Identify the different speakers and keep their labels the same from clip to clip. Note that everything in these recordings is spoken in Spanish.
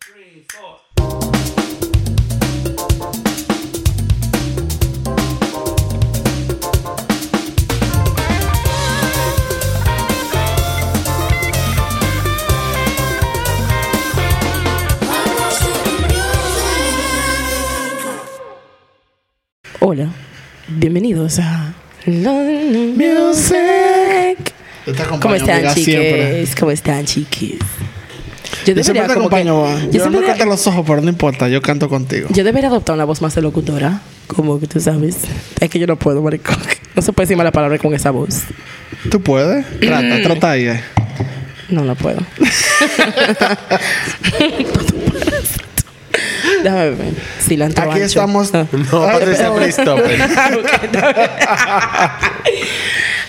Speaker 1: three, four.
Speaker 2: Hola, bienvenidos a London Music.
Speaker 3: Yo te acompaño,
Speaker 2: ¿Cómo están,
Speaker 3: mira, siempre.
Speaker 2: chiques? ¿Cómo están, chiques? Yo
Speaker 3: Yo siempre
Speaker 2: debería,
Speaker 3: te
Speaker 2: como que-
Speaker 3: acompaño.
Speaker 2: yo
Speaker 3: yo no
Speaker 2: siempre-
Speaker 3: me canto los ojos, pero no importa, yo canto contigo.
Speaker 2: yo debería adoptar una voz más de locutora, como que tú sabes. Es que yo no puedo, maricón. No se puede decir mala palabra con esa voz.
Speaker 3: ¿Tú puedes?
Speaker 2: Mm.
Speaker 3: Trata, trata ahí. eh.
Speaker 2: No, no puedo. Déjame ver. Cilantro
Speaker 3: Aquí
Speaker 2: ancho.
Speaker 3: estamos.
Speaker 2: Ah.
Speaker 4: No, Patricia, please stop it.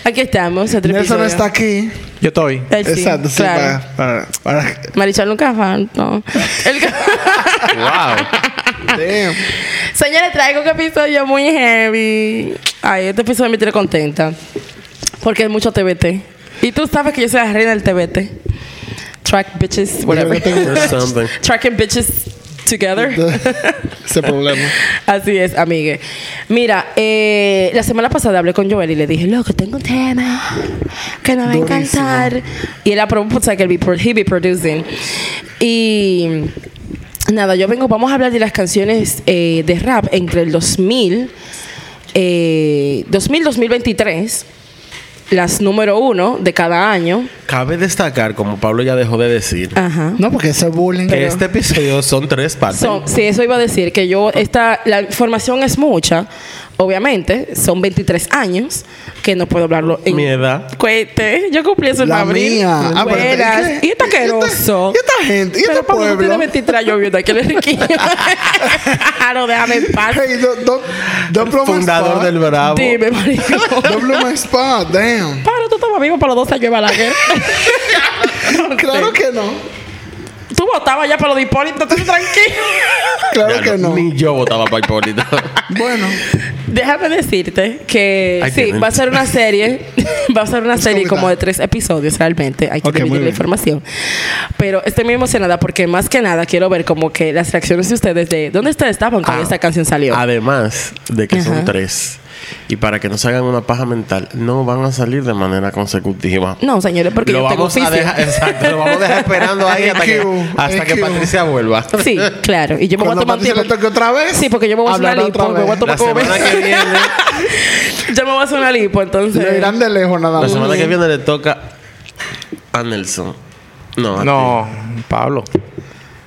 Speaker 2: Aquí estamos. Otro
Speaker 3: Nelson
Speaker 2: episodio.
Speaker 3: está aquí.
Speaker 4: Yo estoy.
Speaker 2: Ay, sí,
Speaker 3: Exacto, sí,
Speaker 2: claro.
Speaker 3: para, para, para-
Speaker 2: Marichal nunca faltó. El ca-
Speaker 4: Wow.
Speaker 2: Ah.
Speaker 3: Damn.
Speaker 2: Señores, traigo un episodio muy heavy. Ay, este episodio me tiene contenta. Porque hay mucho TBT. Y tú sabes que yo soy la reina del TBT. Track bitches, whatever.
Speaker 3: Yo tengo-
Speaker 4: There's something.
Speaker 2: Tracking bitches together.
Speaker 3: Ese problema.
Speaker 2: Así es, amigue. Mira, eh, la semana pasada hablé con Joel y le dije, loco, tengo un tema que me va a
Speaker 3: Durísimo.
Speaker 2: encantar. Y él aprobó, o sea, que él be, pro- he be producing. Y nada, yo vengo, vamos a hablar de las canciones eh, de rap entre el 2000, eh, 2000-2023, las número uno de cada año.
Speaker 4: Cabe destacar, como Pablo ya dejó de decir,
Speaker 2: Ajá.
Speaker 3: No, porque ese bullying.
Speaker 4: que este episodio son tres partes.
Speaker 2: Son- sí, eso iba a decir, que yo, esta, la información es mucha, obviamente, son 23 años, que no puedo hablarlo en...
Speaker 4: Mi edad.
Speaker 2: Cuete, yo cumplí eso en
Speaker 3: la
Speaker 2: abril.
Speaker 3: mía. Ah, pero-
Speaker 2: Buenas.
Speaker 3: ¿y qué?
Speaker 2: Y está asqueroso.
Speaker 3: ¿Y esta y esta gente? ¿Y
Speaker 2: Pero
Speaker 3: este
Speaker 2: Pablo, tú
Speaker 3: pueblo?
Speaker 2: tienes 23 lloviendo, aquí eres riquillo. Claro, déjame en paz.
Speaker 3: Hey, do- do- do- pluma
Speaker 4: Fundador
Speaker 3: spa.
Speaker 4: del Bravo.
Speaker 2: Dime, marico.
Speaker 3: Do pluma spa, damn.
Speaker 2: Pablo, tú estabas vivo para los 12 años de Balaguer.
Speaker 3: Claro que no.
Speaker 2: Tú votabas ya para los de Hipólito, tú tranquilo.
Speaker 3: Claro
Speaker 4: Ya
Speaker 3: que no.
Speaker 4: Ni yo votaba para Hipólito.
Speaker 3: Bueno,
Speaker 2: Déjame decirte que
Speaker 4: Ay,
Speaker 2: sí,
Speaker 4: qué
Speaker 2: va a ser una serie, va a ser una serie como de tres episodios realmente, hay que
Speaker 3: Ok, muy
Speaker 2: dividir la
Speaker 3: bien.
Speaker 2: información. Pero estoy muy emocionada porque más que nada quiero ver como que las reacciones de ustedes de dónde ustedes estaban cuando
Speaker 4: Ah,
Speaker 2: esta canción salió.
Speaker 4: Además de que
Speaker 2: Ajá.
Speaker 4: son tres. Y para que no se hagan una paja mental, no van a salir de manera consecutiva.
Speaker 2: No, señores, porque
Speaker 4: lo
Speaker 2: yo tengo
Speaker 4: vamos
Speaker 2: oficio.
Speaker 4: a dejar, exacto, lo vamos a dejar esperando ahí hasta que,
Speaker 3: EQ,
Speaker 4: hasta que
Speaker 3: EQ.
Speaker 4: Patricia vuelva.
Speaker 2: Sí, claro, y yo me voy a
Speaker 3: cuando
Speaker 2: tomar un
Speaker 3: Patricia
Speaker 2: tiempo.
Speaker 3: le toque otra vez.
Speaker 2: Sí, porque yo me voy a hacer una
Speaker 3: hablará otra
Speaker 2: lipo, me voy a
Speaker 3: vez.
Speaker 4: La
Speaker 2: tomar como
Speaker 4: semana que viene,
Speaker 2: Yo me voy a hacer una lipo, entonces.
Speaker 3: Le irán de lejos nada
Speaker 4: la
Speaker 3: más.
Speaker 4: semana que viene le toca a Nelson. No, a
Speaker 5: No, Pablo.
Speaker 4: ti.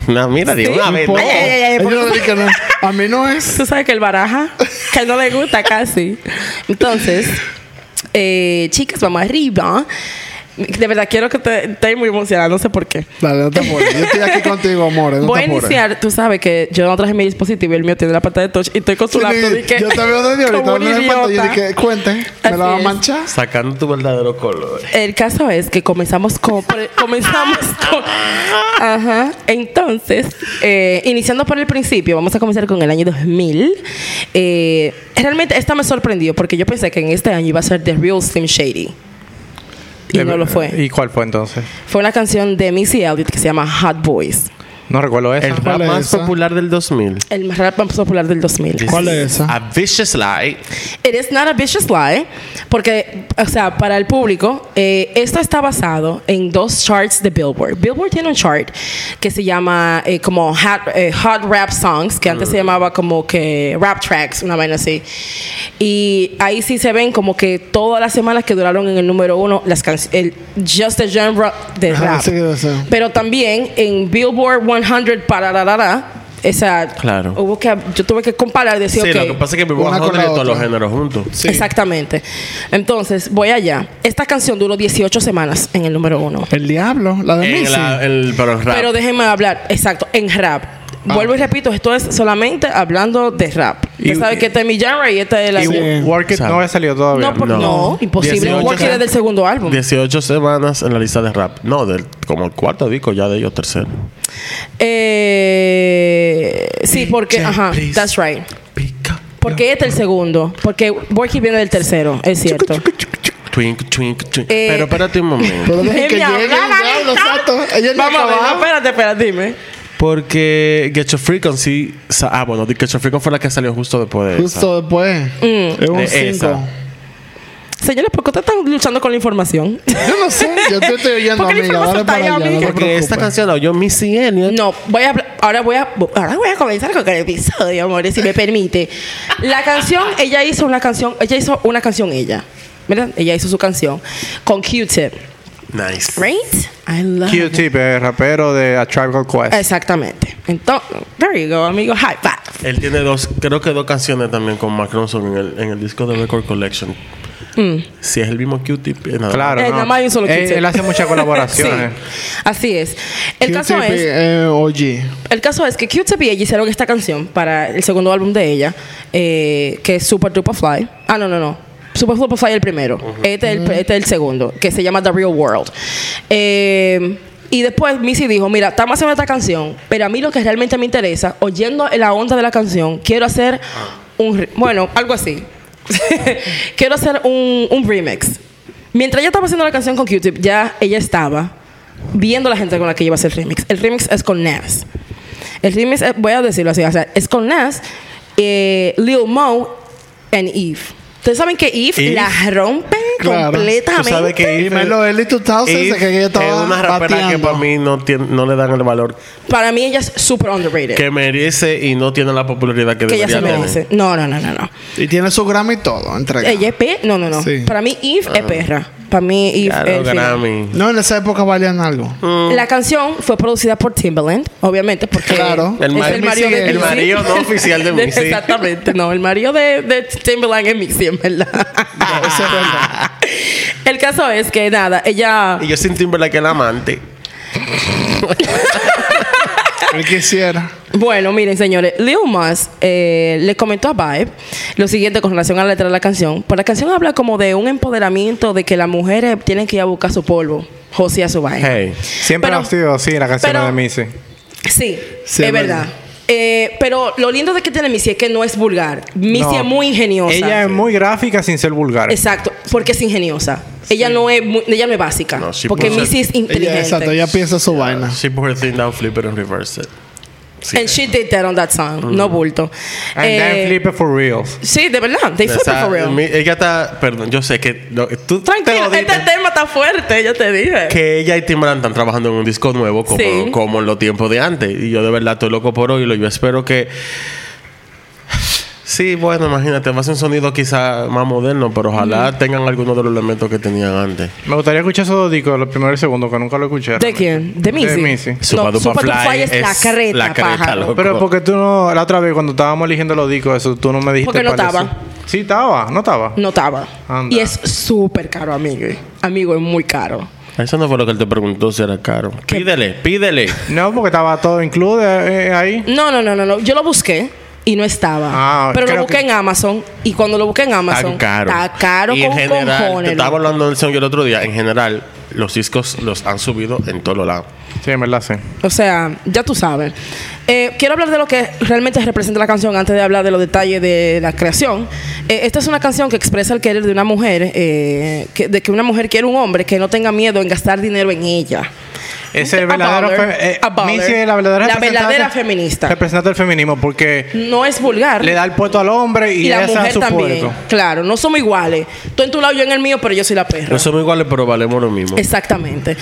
Speaker 4: No, mira, de
Speaker 2: Sí.
Speaker 4: una vez.
Speaker 3: Por-
Speaker 2: Ay, ay, ay, ay,
Speaker 3: Ellos
Speaker 2: por-
Speaker 3: no dicen que no. A mí no es.
Speaker 2: Tú sabes que el baraja, que no le gusta casi. Entonces, eh, chicas, vamos arriba. De verdad, quiero que te, estoy muy emocionada, no sé por qué.
Speaker 3: Dale, no te apures. Yo estoy aquí contigo, amores. No
Speaker 2: Voy a
Speaker 3: te apures.
Speaker 2: iniciar, tú sabes que yo no traje mi dispositivo y el mío tiene la pata de touch y estoy con su
Speaker 3: Sí,
Speaker 2: laptop y que,
Speaker 3: yo te veo desde ahorita.
Speaker 2: como un
Speaker 3: No me
Speaker 2: idiota.
Speaker 3: espanto. Yo dije, cuente. ¿Me
Speaker 2: Así
Speaker 3: la va a
Speaker 2: es.
Speaker 3: manchar?
Speaker 4: Sacando tu verdadero color.
Speaker 2: El caso es que comenzamos con. por- comenzamos con. Ajá. Entonces, eh, iniciando por el principio, vamos a comenzar con el año 2000. Eh, realmente, esta me sorprendió porque yo pensé que en este año iba a ser The Real Slim Shady. Y
Speaker 5: De-
Speaker 2: no lo fue.
Speaker 5: Eh, ¿Y cuál fue entonces?
Speaker 2: Fue una canción de Missy Elliott que se llama Hot Boys.
Speaker 5: No recuerdo eso.
Speaker 4: El
Speaker 3: ¿Cuál
Speaker 4: rap
Speaker 3: es
Speaker 4: más
Speaker 3: esa?
Speaker 4: popular del 2000.
Speaker 2: El rap más popular del 2000.
Speaker 3: ¿Cuál es esa?
Speaker 4: A Vicious Lie.
Speaker 2: It is not a vicious lie, porque, o sea, para el público, eh, esto está basado en dos charts de Billboard. Billboard tiene un chart que se llama eh, como hot, eh, hot rap songs, que
Speaker 3: Mm.
Speaker 2: antes se llamaba como que rap tracks, una vaina así. Y ahí sí se ven como que todas las semanas que duraron en el número uno, las canc- el just the genre de
Speaker 3: Ajá,
Speaker 2: rap.
Speaker 3: sí, o sea.
Speaker 2: Pero también en Billboard 100 para esa
Speaker 4: Claro.
Speaker 2: hubo que yo tuve que comparar y decir
Speaker 4: Sí,
Speaker 2: ok,
Speaker 4: lo que pasa es que me
Speaker 3: Una
Speaker 4: a
Speaker 3: con
Speaker 4: poner
Speaker 3: la
Speaker 4: todos
Speaker 3: otra.
Speaker 4: los géneros juntos.
Speaker 2: Exactamente. Entonces, voy allá. Esta canción duró 18 semanas en el número uno.
Speaker 3: El diablo, la de
Speaker 4: En
Speaker 3: Missy.
Speaker 4: la, el, pero el rap.
Speaker 2: Pero déjenme hablar, exacto, en rap.
Speaker 3: Ah.
Speaker 2: Vuelvo y repito, esto es solamente hablando de rap.
Speaker 5: Y-
Speaker 2: Usted sabe que este es mi genre y esta es la...
Speaker 5: Y
Speaker 3: Sí.
Speaker 5: Work It
Speaker 4: Sabe.
Speaker 5: no había salido todavía.
Speaker 2: No, por- no,
Speaker 4: No.
Speaker 2: imposible.
Speaker 4: 18
Speaker 2: Cualquiera
Speaker 4: can-
Speaker 2: del segundo álbum.
Speaker 4: 18 semanas en la lista de rap. No, del, como el cuarto disco ya de ellos, tercero.
Speaker 2: Eh, sí, porque... Ajá, that's right.
Speaker 4: Pica.
Speaker 2: Porque este es el segundo. Porque Borky viene del tercero, es cierto.
Speaker 4: Twink, twink, twink.
Speaker 2: Eh,
Speaker 4: pero espérate un momento.
Speaker 3: Pero dejen que
Speaker 2: Déjenme
Speaker 3: llegue el
Speaker 2: hablar,
Speaker 3: diablo,
Speaker 2: Alexa.
Speaker 3: exacto. Ella no
Speaker 2: Vamos a ver, no,
Speaker 3: acababa.
Speaker 2: espérate, espérate, dime.
Speaker 4: Porque Get Your Frequency. sa- Ah, bueno, Get Your Frequency fue la que salió justo después de esa.
Speaker 3: Justo después.
Speaker 2: Mm.
Speaker 3: Es un
Speaker 4: De esa.
Speaker 3: 5.
Speaker 2: Señores, ¿por qué ustedes están luchando con la información?
Speaker 3: Yo no sé. Yo te estoy oyendo,
Speaker 2: Porque la
Speaker 3: amiga. Dale
Speaker 2: información
Speaker 3: para
Speaker 2: está ahí,
Speaker 3: allá. No
Speaker 2: amiga.
Speaker 3: te
Speaker 4: Porque esta
Speaker 3: preocupes.
Speaker 4: canción la oyó Missy Elliott.
Speaker 2: No, voy a hablar- ahora voy a ahora voy a comenzar con el episodio, amores, si me permite. La canción, ella hizo una canción, ella hizo una canción ella. ¿Verdad? Ella hizo su canción con Q-Tip,
Speaker 4: Nice.
Speaker 2: right? I love it.
Speaker 5: Q-Tip, el rapero de A Tribe Called Quest.
Speaker 2: Exactamente. Entonces, there you go, amigo. High five.
Speaker 4: Él tiene dos, creo que dos canciones también con Mark Ronson en el, en el disco de Record Collection. Si es el mismo Q-Tip, eh, nada.
Speaker 5: Claro.
Speaker 2: Mm. Eh,
Speaker 5: no.
Speaker 2: nada más hay un solo
Speaker 5: él,
Speaker 2: Q-Tip.
Speaker 5: él hace muchas colaboraciones.
Speaker 2: Sí. Así es. El caso
Speaker 3: Q-Tip,
Speaker 2: es
Speaker 3: eh, OG.
Speaker 2: El caso es que Q-Tip y ella hicieron esta canción para el segundo álbum de ella, eh, que es Super Duper Fly. Ah, no, no, no. Super Duper Fly el primero. este, es el, este es el segundo, que se llama The Real World. Eh, y después Missy dijo, mira, estamos haciendo esta canción, pero a mí lo que realmente me interesa, oyendo la onda de la canción, quiero hacer un... re- Bueno, algo así. quiero hacer un, un remix. Mientras ella estaba haciendo la canción con Q-Tip, ya ella estaba viendo la gente con la que iba a hacer el remix. El remix es con Nas. El remix, eh, voy a decirlo así, o sea, es con Nas, eh, Lil Mo and Eve. Ustedes saben que Eve,
Speaker 4: Eve.
Speaker 2: la rompe
Speaker 3: Claro.
Speaker 4: Tú
Speaker 2: completamente.
Speaker 4: sabes que Eve-
Speaker 3: Dímelo, Early 2000s,
Speaker 4: Eve
Speaker 3: que ella estaba
Speaker 4: es una rapera que
Speaker 3: bateando.
Speaker 4: para mí no, tiene- no le dan el valor
Speaker 2: Para mí ella es súper underrated.
Speaker 4: que merece y no tiene la popularidad que,
Speaker 2: Eh. Que ella
Speaker 4: debería tener.
Speaker 2: se merece. No, no, no, no, no.
Speaker 3: Y tiene su Grammy y todo. Entrega.
Speaker 2: Ella es pe... No, no, no.
Speaker 3: Sí.
Speaker 2: Para mí Eve
Speaker 4: Ah.
Speaker 2: es perra. Para mí Eve es
Speaker 4: Claro,
Speaker 2: el final.
Speaker 4: Grammy.
Speaker 3: No, en esa época valían algo.
Speaker 4: Mm.
Speaker 2: La canción fue producida por Timbaland, obviamente, porque
Speaker 3: Claro.
Speaker 2: es
Speaker 4: El mar-
Speaker 2: el marido de
Speaker 3: el
Speaker 2: Missy.
Speaker 4: marido no oficial de Missy.
Speaker 2: Exactamente, no, el marido de, de Timbaland es Missy, en verdad.
Speaker 3: Eso es verdad.
Speaker 2: el caso es que nada, ella
Speaker 4: Y yo sin Timberlake el amante.
Speaker 3: Él quisiera.
Speaker 2: Bueno, miren, señores, Lil Mas eh, le comentó a Vibe lo siguiente con relación a la letra de la canción. Pues la canción habla como de un empoderamiento de que las mujeres tienen que ir a buscar su polvo, José a su vaina.
Speaker 4: Hey.
Speaker 5: Siempre
Speaker 2: Pero-
Speaker 5: ha sido así la canción
Speaker 2: pero-
Speaker 5: de Missy.
Speaker 2: Sí,
Speaker 3: Sí,
Speaker 2: es
Speaker 3: es
Speaker 2: verdad.
Speaker 3: verdad.
Speaker 2: Eh, pero lo lindo de que tiene Missy es que no es vulgar. Missy
Speaker 5: No.
Speaker 2: es muy ingeniosa.
Speaker 5: Ella es muy gráfica sin ser vulgar.
Speaker 2: Exacto, porque es ingeniosa. Ella no es muy- ella no es básica,
Speaker 4: No, sí,
Speaker 2: porque
Speaker 4: puede
Speaker 2: Missy
Speaker 4: ser.
Speaker 2: es inteligente.
Speaker 3: Ella, exacto, ella piensa su vaina.
Speaker 4: She put her thing down, flip it and reverse it. Sí.
Speaker 2: And she did that on that song, no bulto.
Speaker 5: And
Speaker 2: Eh,
Speaker 5: then flip it for reals.
Speaker 2: Sí, de verdad, they flip
Speaker 4: O sea,
Speaker 2: it for real.
Speaker 4: mi- ella está, perdón, yo sé que no, tú te
Speaker 2: Tranquilo,
Speaker 4: lo
Speaker 2: este
Speaker 4: dices
Speaker 2: tema está fuerte, ya te dije.
Speaker 4: que ella y Timbaland están trabajando en un disco nuevo como,
Speaker 2: Sí.
Speaker 4: como en los tiempos de antes y yo de verdad estoy loco por oírlo. Yo espero que Sí, bueno, imagínate, va a ser un sonido quizá más moderno, pero ojalá tengan algunos de los elementos que tenían antes.
Speaker 5: Me gustaría escuchar esos dos discos, los primeros y segundos, que nunca lo escuché.
Speaker 2: ¿De quién? De Missy.
Speaker 5: De Missy.
Speaker 4: Supa Dupa
Speaker 2: Supa Dupa
Speaker 4: Fly
Speaker 2: Fly es, la
Speaker 4: es
Speaker 2: creta,
Speaker 4: la creta,
Speaker 2: pájaro.
Speaker 4: loco.
Speaker 5: Pero porque tú no, la otra vez cuando estábamos eligiendo los discos, eso tú no me dijiste.
Speaker 2: Porque no
Speaker 5: cuál es.
Speaker 2: estaba.
Speaker 5: Sí, estaba, no estaba.
Speaker 2: No estaba.
Speaker 5: Anda.
Speaker 2: Y es súper caro, amigo. Amigo, es muy caro.
Speaker 4: Eso no fue lo que él te preguntó si era caro. Pídele, pídele.
Speaker 5: No, porque estaba todo incluido eh, ahí.
Speaker 2: No, no, no, no, no. Yo lo busqué y no estaba.
Speaker 5: Ah,
Speaker 2: Pero lo
Speaker 5: creo
Speaker 2: busqué
Speaker 5: que-
Speaker 2: en Amazon. Y cuando lo busqué en Amazon,
Speaker 4: Tan caro.
Speaker 2: está caro
Speaker 4: y
Speaker 2: con
Speaker 4: en general,
Speaker 2: cojones,
Speaker 4: te estaba
Speaker 2: loco.
Speaker 4: hablando del señor el otro día, en general, los discos los han subido en todos los lados.
Speaker 5: Sí, en verdad, sí.
Speaker 2: O sea, ya tú sabes. Eh, quiero hablar de lo que realmente representa la canción antes de hablar de los detalles de la creación. Eh, esta es una canción que expresa el querer de una mujer, eh, que- de que una mujer quiere un hombre que no tenga miedo en gastar dinero en ella.
Speaker 5: Ese
Speaker 2: A
Speaker 5: es el verdadero.
Speaker 2: baller,
Speaker 5: fe- eh,
Speaker 2: a baller.
Speaker 5: Missy es la verdadera,
Speaker 2: La
Speaker 5: representante-
Speaker 2: verdadera feminista.
Speaker 5: Representante del feminismo, porque
Speaker 2: No es vulgar.
Speaker 5: le da el puesto al hombre y,
Speaker 2: y la
Speaker 5: ella se da
Speaker 2: mujer
Speaker 5: su
Speaker 2: también.
Speaker 5: puesto.
Speaker 2: Claro, no somos iguales. Tú en tu lado, yo en el mío, pero yo soy la perra.
Speaker 4: No somos iguales, pero valemos lo mismo.
Speaker 2: Exactamente.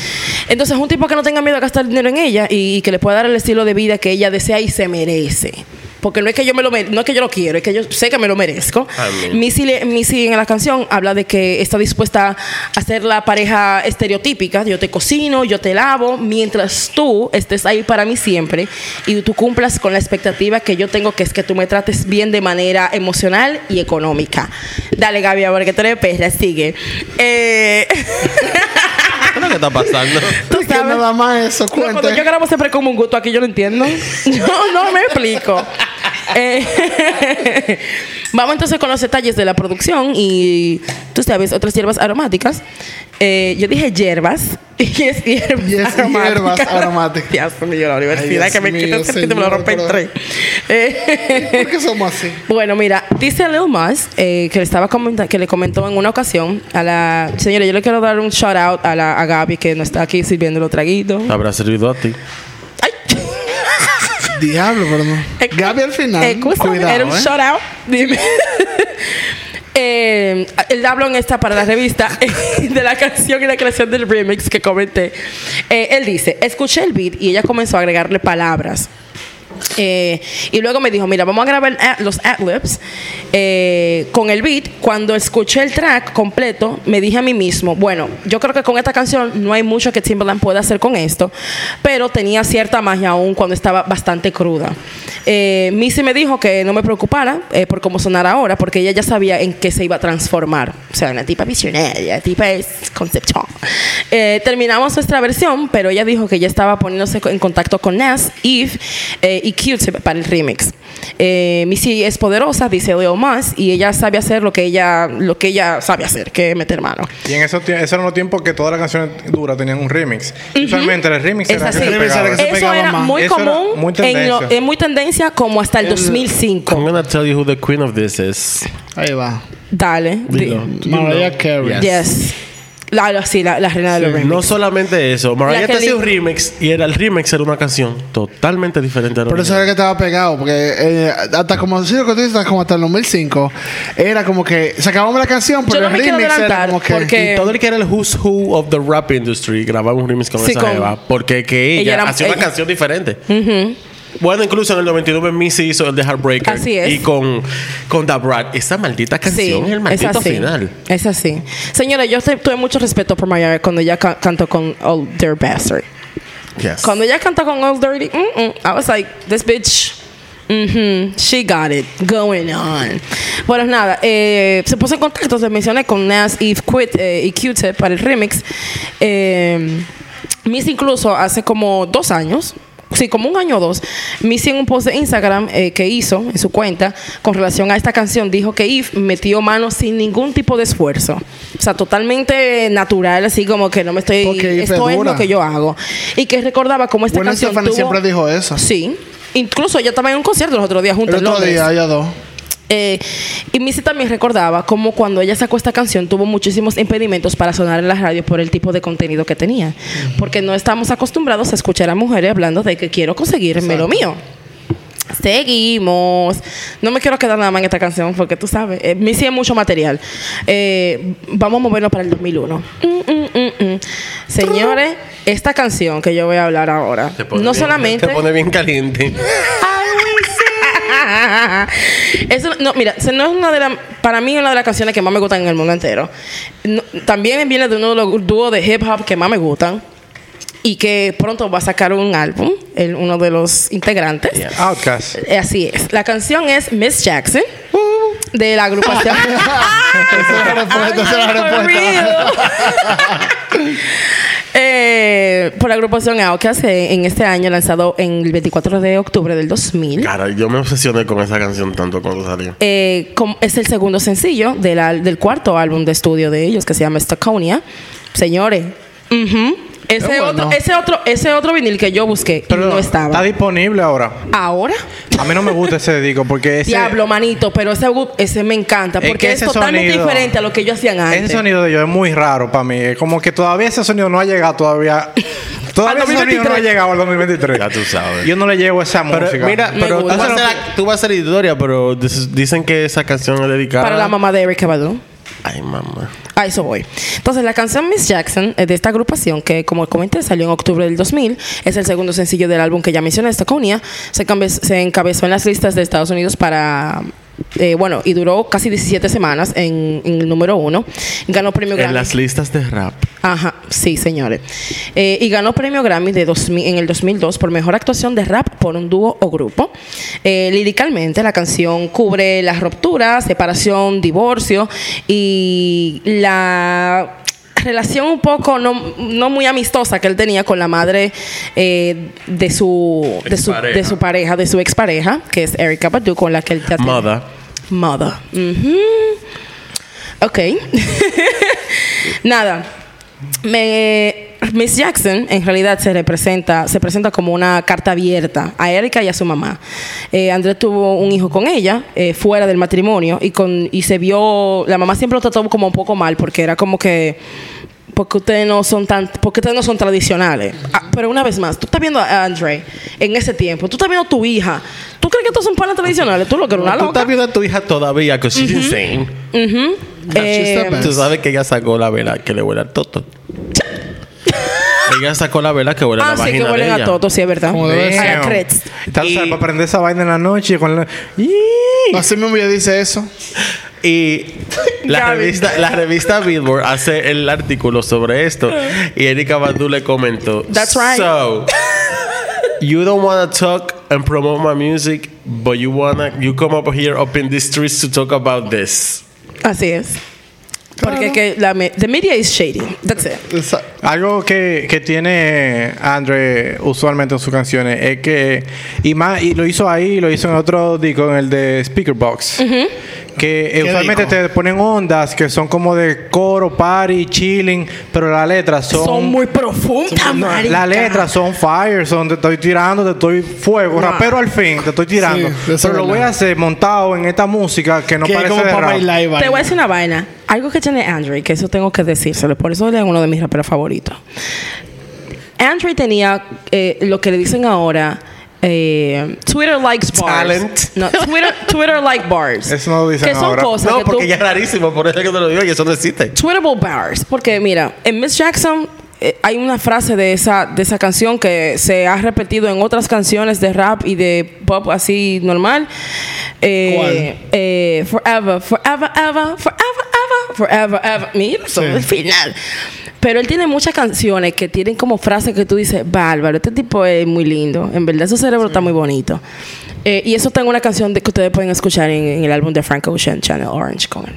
Speaker 2: Entonces, un tipo que no tenga miedo a gastar dinero en ella y, y que le pueda dar el estilo de vida que ella desea y se merece. Porque no es que yo me lo mere- no es que yo lo quiero, es que yo sé que me lo merezco.
Speaker 4: Amén.
Speaker 2: Missy, le- Missy en la canción habla de que está dispuesta a ser la pareja estereotípica, yo te cocino, yo te lavo, mientras tú estés ahí para mí siempre y tú cumplas con la expectativa que yo tengo, que es que tú me trates bien de manera emocional y económica. Dale, Gaby, ahora que tú eres perra, sigue. Eh,
Speaker 4: ¿Qué es lo que está pasando?
Speaker 2: Tú
Speaker 3: Es que
Speaker 2: sabes.
Speaker 3: nada más eso
Speaker 2: No, cuando yo
Speaker 3: cuente.
Speaker 2: grabo siempre como un gusto aquí, yo no entiendo. No, no me explico. Eh, vamos entonces con los detalles de la producción y tú sabes, otras hierbas aromáticas. Eh, yo dije hierbas y es hierbas
Speaker 3: Y es
Speaker 2: aromáticas.
Speaker 3: hierbas aromáticas.
Speaker 2: Dios mío, la universidad
Speaker 3: Ay,
Speaker 2: que me
Speaker 3: Dios
Speaker 2: quita
Speaker 3: mío,
Speaker 2: que me lo
Speaker 3: señor,
Speaker 2: rompe en
Speaker 3: pero-
Speaker 2: tres. Eh,
Speaker 3: ¿Por qué somos así?
Speaker 2: bueno, mira, dice Lil Mas eh, que, le estaba comenta- que le comentó en una ocasión a la señora. Yo le quiero dar un shout out
Speaker 3: Ah.
Speaker 2: a, la, a Gaby que no está aquí sirviendo los traguitos.
Speaker 4: Habrá servido a ti.
Speaker 2: ¡Ay!
Speaker 3: Diablo, perdón.
Speaker 2: Eh,
Speaker 3: Gaby al final.
Speaker 2: Escúchame,
Speaker 3: cuidado,
Speaker 2: era un
Speaker 3: ¿eh?
Speaker 2: shout out. Dime. Eh, el Dablon está para la revista de la canción y la creación del remix que comenté. Eh, él dice: Escuché el beat y ella comenzó a agregarle palabras. Eh, y luego me dijo, mira, vamos a grabar ad- los ad-libs eh, con el beat. Cuando escuché el track completo, me dije a mí mismo, bueno, yo creo que con esta canción no hay mucho que Timbaland pueda hacer con esto, pero tenía cierta magia aún cuando estaba bastante cruda. Eh, Missy me dijo que no me preocupara eh, por cómo sonara ahora, porque ella ya sabía en qué se iba a transformar. O sea, una tipa visionaria, tipa es conceptual. Eh, terminamos nuestra versión, pero ella dijo que ya estaba poniéndose co- en contacto con Nas, Eve eh, y Q-Tip para el remix. Eh, Missy es poderosa, dice Leo Mas, y ella sabe hacer lo que ella, lo que ella sabe hacer, que es meter mano.
Speaker 5: Y en esos tie- esos eran los tiempos que todas las canciones duras tenían un remix. Usualmente el remix
Speaker 2: Es
Speaker 5: era
Speaker 2: así.
Speaker 5: que se
Speaker 3: remix era
Speaker 5: pegaba.
Speaker 3: que se
Speaker 2: Eso
Speaker 3: pegaba
Speaker 2: era
Speaker 3: más.
Speaker 2: muy
Speaker 5: Eso era
Speaker 2: común,
Speaker 5: muy
Speaker 2: en, lo-
Speaker 5: tendencia.
Speaker 2: en muy tendencia como hasta el 2005.
Speaker 4: I'm gonna tell you who the queen of this is.
Speaker 3: Ahí va.
Speaker 2: Dale. di-
Speaker 4: Dilo.
Speaker 3: Mariah Carey.
Speaker 4: Yes.
Speaker 2: Yes. La, la- sí, la, la reina de los remix.
Speaker 4: No solamente eso, Mariah
Speaker 2: La
Speaker 4: te
Speaker 2: que
Speaker 4: hacía un
Speaker 2: le-
Speaker 4: remix y era el remix era una canción totalmente diferente a la
Speaker 3: Por eso
Speaker 4: original.
Speaker 3: era que estaba pegado, porque eh, hasta como sí, lo que tú dices, hasta como hasta el 2005, era como que sacábamos la canción,
Speaker 2: Yo
Speaker 3: pero
Speaker 2: no
Speaker 3: el
Speaker 2: me quiero
Speaker 3: remix era
Speaker 2: adelantar,
Speaker 3: como que
Speaker 2: porque-
Speaker 4: Y todo el que era el who's who of the rap industry grababa un remix con
Speaker 2: Sí,
Speaker 4: esa
Speaker 2: con-
Speaker 4: jeva porque que
Speaker 2: Ella
Speaker 4: ella,
Speaker 2: era-
Speaker 4: hacía una
Speaker 2: ella-
Speaker 4: canción diferente. Bueno, incluso en el 99 Missy hizo el de Heartbreaker
Speaker 2: Así es.
Speaker 4: y con con Da Brat esa maldita canción es el maldito
Speaker 2: así.
Speaker 4: final.
Speaker 2: Es así. Señora, yo te- tuve mucho respeto por Mariah cuando ella ca- cantó con All Dirty Bastard.
Speaker 4: Yes.
Speaker 2: Cuando ella cantó con All Dirty, mm, mm, I was like, this bitch. mhm, She got it going on. Bueno, nada, eh, se puso en contacto, se mencioné con Nas, Eve Quit eh, y Q-Tip para el remix. Eh, Miss incluso hace como dos años, sí, como un año o dos, Missy en un post de Instagram eh, que hizo en su cuenta con relación a esta canción dijo que Eve metió mano sin ningún tipo de esfuerzo. O sea, totalmente natural, así como que no me estoy...
Speaker 3: Porque Eve es
Speaker 2: esto es lo
Speaker 3: dura.
Speaker 2: que yo hago. Y que recordaba cómo esta
Speaker 3: Bueno,
Speaker 2: canción
Speaker 3: Stephanie
Speaker 2: tuvo-
Speaker 3: siempre dijo eso.
Speaker 2: Sí. Incluso ella estaba en un concierto los otros días
Speaker 3: el
Speaker 2: juntos en
Speaker 3: otro
Speaker 2: Londres.
Speaker 3: día había dos.
Speaker 2: Eh, y Missy también recordaba cómo cuando ella sacó esta canción tuvo muchísimos impedimentos para sonar en la radio por el tipo de contenido que tenía. Porque no estamos acostumbrados a escuchar a mujeres hablando de que quiero conseguirme lo mío. Seguimos. No me quiero quedar nada más en esta canción porque tú sabes, eh, Missy es mucho material. Eh, vamos a movernos para el 2001. Mm, mm, mm, mm. Señores, esta canción que yo voy a hablar ahora,
Speaker 4: Te pone
Speaker 2: no
Speaker 4: bien-
Speaker 2: solamente...
Speaker 4: te pone bien caliente.
Speaker 2: Eso, no, mira, se- no es una de las, para mí es una de las canciones que más me gustan en el mundo entero. No, también viene de uno de los dúos de hip hop que más me gustan y que pronto va a sacar un álbum, el- uno de los integrantes.
Speaker 5: Outcast.
Speaker 2: Eh, Así es. La canción es Miss Jackson de la agrupación.
Speaker 3: Esa Uh. es la respuesta, esa es la
Speaker 2: For
Speaker 3: respuesta.
Speaker 2: real. Eh, por la agrupación Outkast eh, en este año lanzado en el 24 de octubre del 2000.
Speaker 4: Cara, yo me obsesioné con esa canción tanto cuando salió.
Speaker 2: Eh, com- es el segundo sencillo de la- del cuarto álbum de estudio de ellos que se llama Stockonia. Señores, ujú. ese,
Speaker 3: Qué bueno.
Speaker 2: otro, ese, otro, ese otro vinil que yo busqué y no estaba.
Speaker 5: está disponible ahora.
Speaker 2: Ahora,
Speaker 5: A mí no me gusta ese disco porque ese,
Speaker 2: diablo, manito, pero ese, gu- ese me encanta
Speaker 5: Es
Speaker 2: porque
Speaker 5: que
Speaker 2: es,
Speaker 5: ese
Speaker 2: totalmente
Speaker 5: sonido-
Speaker 2: diferente a lo que ellos hacían antes.
Speaker 5: ese sonido de ellos es muy raro para mí. Es como que todavía ese sonido no ha llegado todavía. Todavía
Speaker 2: Al
Speaker 5: ese sonido no ha
Speaker 2: 2023.
Speaker 5: llegado al 2023.
Speaker 4: Ya tú sabes.
Speaker 5: Yo no le llevo esa música.
Speaker 4: mira,
Speaker 2: Me
Speaker 4: pero tú
Speaker 2: gusta.
Speaker 4: vas, a ser, tú vas a ser editorial, pero dis- dicen que esa canción es dedicada
Speaker 2: Para la mamá de Eric Badu.
Speaker 4: Ay, mamá.
Speaker 2: A eso voy. Entonces, la canción Miss Jackson eh, de esta agrupación, que como comenté, salió en octubre del 2000, es el segundo sencillo del álbum que ya mencioné, Stockonia, se, cambe- se encabezó en las listas de Estados Unidos para. eh, bueno, y duró casi 17 semanas en, en el número uno. Ganó premio
Speaker 4: En
Speaker 2: Grammy.
Speaker 4: las listas de rap.
Speaker 2: Ajá, sí, señores. Eh, y ganó premio Grammy de 2000 en el 2002 por mejor actuación de rap por un dúo o grupo. Eh, líricamente, la canción cubre las rupturas, separación, divorcio y la relación un poco no, no muy amistosa que él tenía con la madre eh, de su de su,
Speaker 4: Expareja.
Speaker 2: de su pareja, de su expareja, que es Erika Badu, con la que él ya tiene-
Speaker 4: Mother.
Speaker 2: Mother. Ujú. Ok. Nada. Me- Miss Jackson en realidad se representa, se presenta como una carta abierta a Erika y a su mamá. Eh, Andrés tuvo un hijo con ella, eh, fuera del matrimonio, y con, y se vio, la mamá siempre lo trató como un poco mal, porque era como que porque ustedes no son tan, porque ustedes no son tradicionales. Ah, pero una vez más, tú estás viendo a Andre en ese tiempo, tú estás viendo a tu hija. ¿Tú crees que estos son panas tradicionales? Tú lo que eres una
Speaker 4: Tú estás
Speaker 2: loca.
Speaker 4: viendo a tu hija todavía, que she's insane.
Speaker 2: Eh,
Speaker 3: She's the
Speaker 4: Tú
Speaker 3: best.
Speaker 4: sabes que ella sacó la vela que le huele al toto. ella sacó la vela que huele a
Speaker 2: ah,
Speaker 4: la
Speaker 2: sí, que
Speaker 4: vagina de
Speaker 2: huelen
Speaker 4: ella.
Speaker 2: a todo, sí, es verdad.
Speaker 3: Como debe
Speaker 2: A la
Speaker 5: Damn.
Speaker 2: Kretz.
Speaker 5: Tal
Speaker 4: Y-
Speaker 5: vez para prender esa vaina en la noche con la... ¡Ih!
Speaker 3: Así mismo ella dice eso.
Speaker 4: Y la
Speaker 2: Gaby.
Speaker 4: revista, la revista Billboard hace el artículo sobre esto. Y Erika Badu le comentó:
Speaker 2: Ah. That's right.
Speaker 4: So, you don't want to talk and promote my music, but you wanna you come up here up in these streets to talk about this.
Speaker 2: Así es. Porque que la me- the media is shady. That's it.
Speaker 3: Esa-
Speaker 5: Algo que, que tiene Andre usualmente en sus canciones es que, y más, y lo hizo ahí, lo hizo en otro disco, en el de Speakerbox, que eh, usualmente
Speaker 3: disco?
Speaker 5: te ponen ondas que son como de coro, party, chilling, pero las letras son...
Speaker 2: Son, muy profundas,
Speaker 5: no,
Speaker 2: marica.
Speaker 5: las letras son fire, son te estoy tirando, te estoy fuego,
Speaker 2: No.
Speaker 5: rapero al fin, te estoy tirando.
Speaker 3: Sí, eso es
Speaker 5: pero lo voy
Speaker 3: verdad.
Speaker 5: a hacer montado en esta música que no
Speaker 3: que es
Speaker 5: parece
Speaker 3: como
Speaker 5: de
Speaker 3: para
Speaker 5: rap.
Speaker 3: bailar y
Speaker 2: Te voy a
Speaker 3: bailar.
Speaker 2: decir una vaina. Algo que tiene Andre, que eso tengo que decírselo. Por eso él es uno de mis raperos favoritos. Andre tenía eh, lo que le dicen ahora. eh, Twitter likes bars.
Speaker 4: Talent.
Speaker 2: No, Twitter, Twitter like bars.
Speaker 5: Eso no lo dicen
Speaker 2: Que son
Speaker 5: ahora.
Speaker 2: cosas
Speaker 4: no,
Speaker 2: que
Speaker 4: porque
Speaker 2: tú-
Speaker 4: ya es rarísimo, por eso es que te lo digo y eso no existe.
Speaker 2: Tweetable bars, porque mira, en Miss Jackson eh, hay una frase de esa, de esa canción que se ha repetido en otras canciones de rap y de pop así normal. Eh,
Speaker 3: ¿Cuál?
Speaker 2: eh, forever, forever, ever, forever, ever, forever, ever. Mira, son
Speaker 3: Sí.
Speaker 2: el final. Pero él tiene muchas canciones que tienen como frases que tú dices, bárbaro, este tipo es muy lindo. En verdad, su cerebro está muy bonito. Eh, y eso tengo una canción de, que ustedes pueden escuchar en, en el álbum de Frank Ocean, Channel Orange, con él.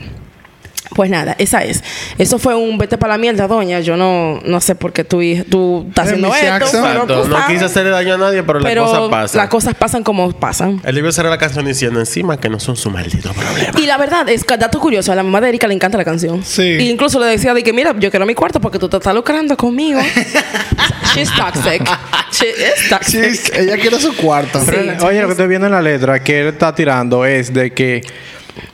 Speaker 2: Pues nada, esa es. Eso fue un vete para la mierda, doña. Yo no, no sé por qué tú, tú estás
Speaker 3: Eh,
Speaker 2: haciendo
Speaker 3: Miss
Speaker 2: esto.
Speaker 3: Jackson.
Speaker 2: pero
Speaker 4: Exacto.
Speaker 2: tú
Speaker 4: No
Speaker 2: sabes.
Speaker 4: quise hacerle daño a nadie, pero,
Speaker 2: Pero
Speaker 4: las cosas pasan.
Speaker 2: las cosas pasan como pasan.
Speaker 4: el libro cerró la canción diciendo encima que no son su maldito problema.
Speaker 2: Y la verdad, es que dato curioso, a la mamá de Erika le encanta la canción.
Speaker 3: Sí.
Speaker 2: Y incluso le decía de que, mira, yo quiero mi cuarto porque tú te estás lucrando conmigo. She's toxic. She is
Speaker 3: Sí,
Speaker 2: toxic.
Speaker 3: es- ella quiere su cuarto.
Speaker 5: Pero,
Speaker 2: Sí.
Speaker 5: Oye, lo que estoy viendo en la letra que él está tirando es de que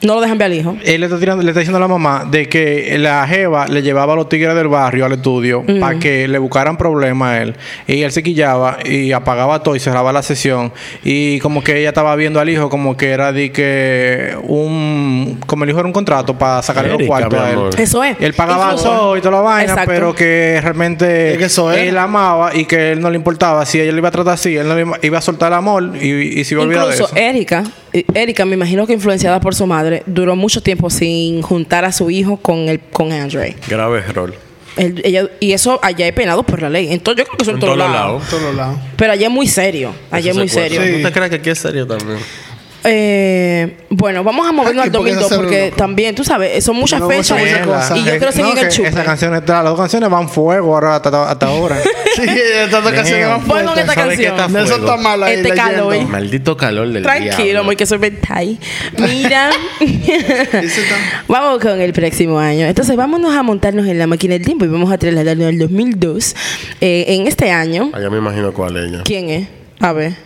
Speaker 2: No lo dejan ver al hijo.
Speaker 5: Él le está, tirando- le está diciendo a la mamá de que la Jeva le llevaba a los tigres del barrio al estudio para que le buscaran problemas a él. Y él se quillaba y apagaba todo y cerraba la sesión. Y como que ella estaba viendo al hijo como que era de que un... Como el hijo era un contrato para sacarle los
Speaker 4: Erika,
Speaker 5: cuartos
Speaker 4: mi
Speaker 5: a él.
Speaker 4: amor.
Speaker 2: Eso es.
Speaker 5: Y él pagaba
Speaker 2: Incluso-
Speaker 5: todo y toda la vaina,
Speaker 2: Exacto.
Speaker 5: pero que realmente
Speaker 3: Es que eso era.
Speaker 5: él amaba y que él no le importaba. Si ella le iba a tratar así, él no le iba- iba a soltar el amor y, y se iba a olvidar de
Speaker 2: Incluso
Speaker 5: eso.
Speaker 2: Erika, eh, Erika, me imagino que influenciada por su madre, duró mucho tiempo sin juntar a su hijo con el con Andre.
Speaker 4: Grave error.
Speaker 2: El- ella- y eso allá es penado por la ley. Entonces yo creo que eso en
Speaker 4: En
Speaker 2: todos
Speaker 4: todos
Speaker 2: lados.
Speaker 4: lados.
Speaker 3: Todos los lados.
Speaker 2: Pero allá es muy serio. Allá es
Speaker 4: Eso
Speaker 2: muy
Speaker 4: se acuerda.
Speaker 2: serio.
Speaker 3: Sí.
Speaker 4: ¿No te crees que aquí es serio también?
Speaker 2: Eh, bueno, vamos a movernos
Speaker 3: Ay,
Speaker 2: al
Speaker 3: ¿por qué
Speaker 2: 2002
Speaker 3: hacerlo,
Speaker 2: porque
Speaker 3: loco?
Speaker 2: también, tú sabes, son muchas
Speaker 3: No,
Speaker 2: fechas.
Speaker 3: muchas cosas.
Speaker 2: Y yo quiero seguir
Speaker 5: No,
Speaker 2: en el
Speaker 5: que
Speaker 2: chupe.
Speaker 5: Esas canciones, las dos canciones van fuego ahora hasta, hasta ahora.
Speaker 3: Sí, estas dos canciones van
Speaker 2: Voy con esta
Speaker 3: fuertes.
Speaker 4: ¿Sabes qué
Speaker 2: canción.
Speaker 4: está
Speaker 3: Nelson
Speaker 4: fuego?
Speaker 3: está mal ahí
Speaker 2: Este calor.
Speaker 3: leyendo.
Speaker 4: Maldito calor del
Speaker 2: Tranquilo,
Speaker 4: diablo.
Speaker 2: muy que soy mental. Mira.
Speaker 3: Ese está-
Speaker 2: Vamos con el próximo año. Entonces, vámonos a montarnos en la máquina del tiempo y vamos a trasladarnos al 2002. Eh, en este año,
Speaker 4: Allá Ah, me imagino cuál es ella.
Speaker 2: ¿quién es? A ver.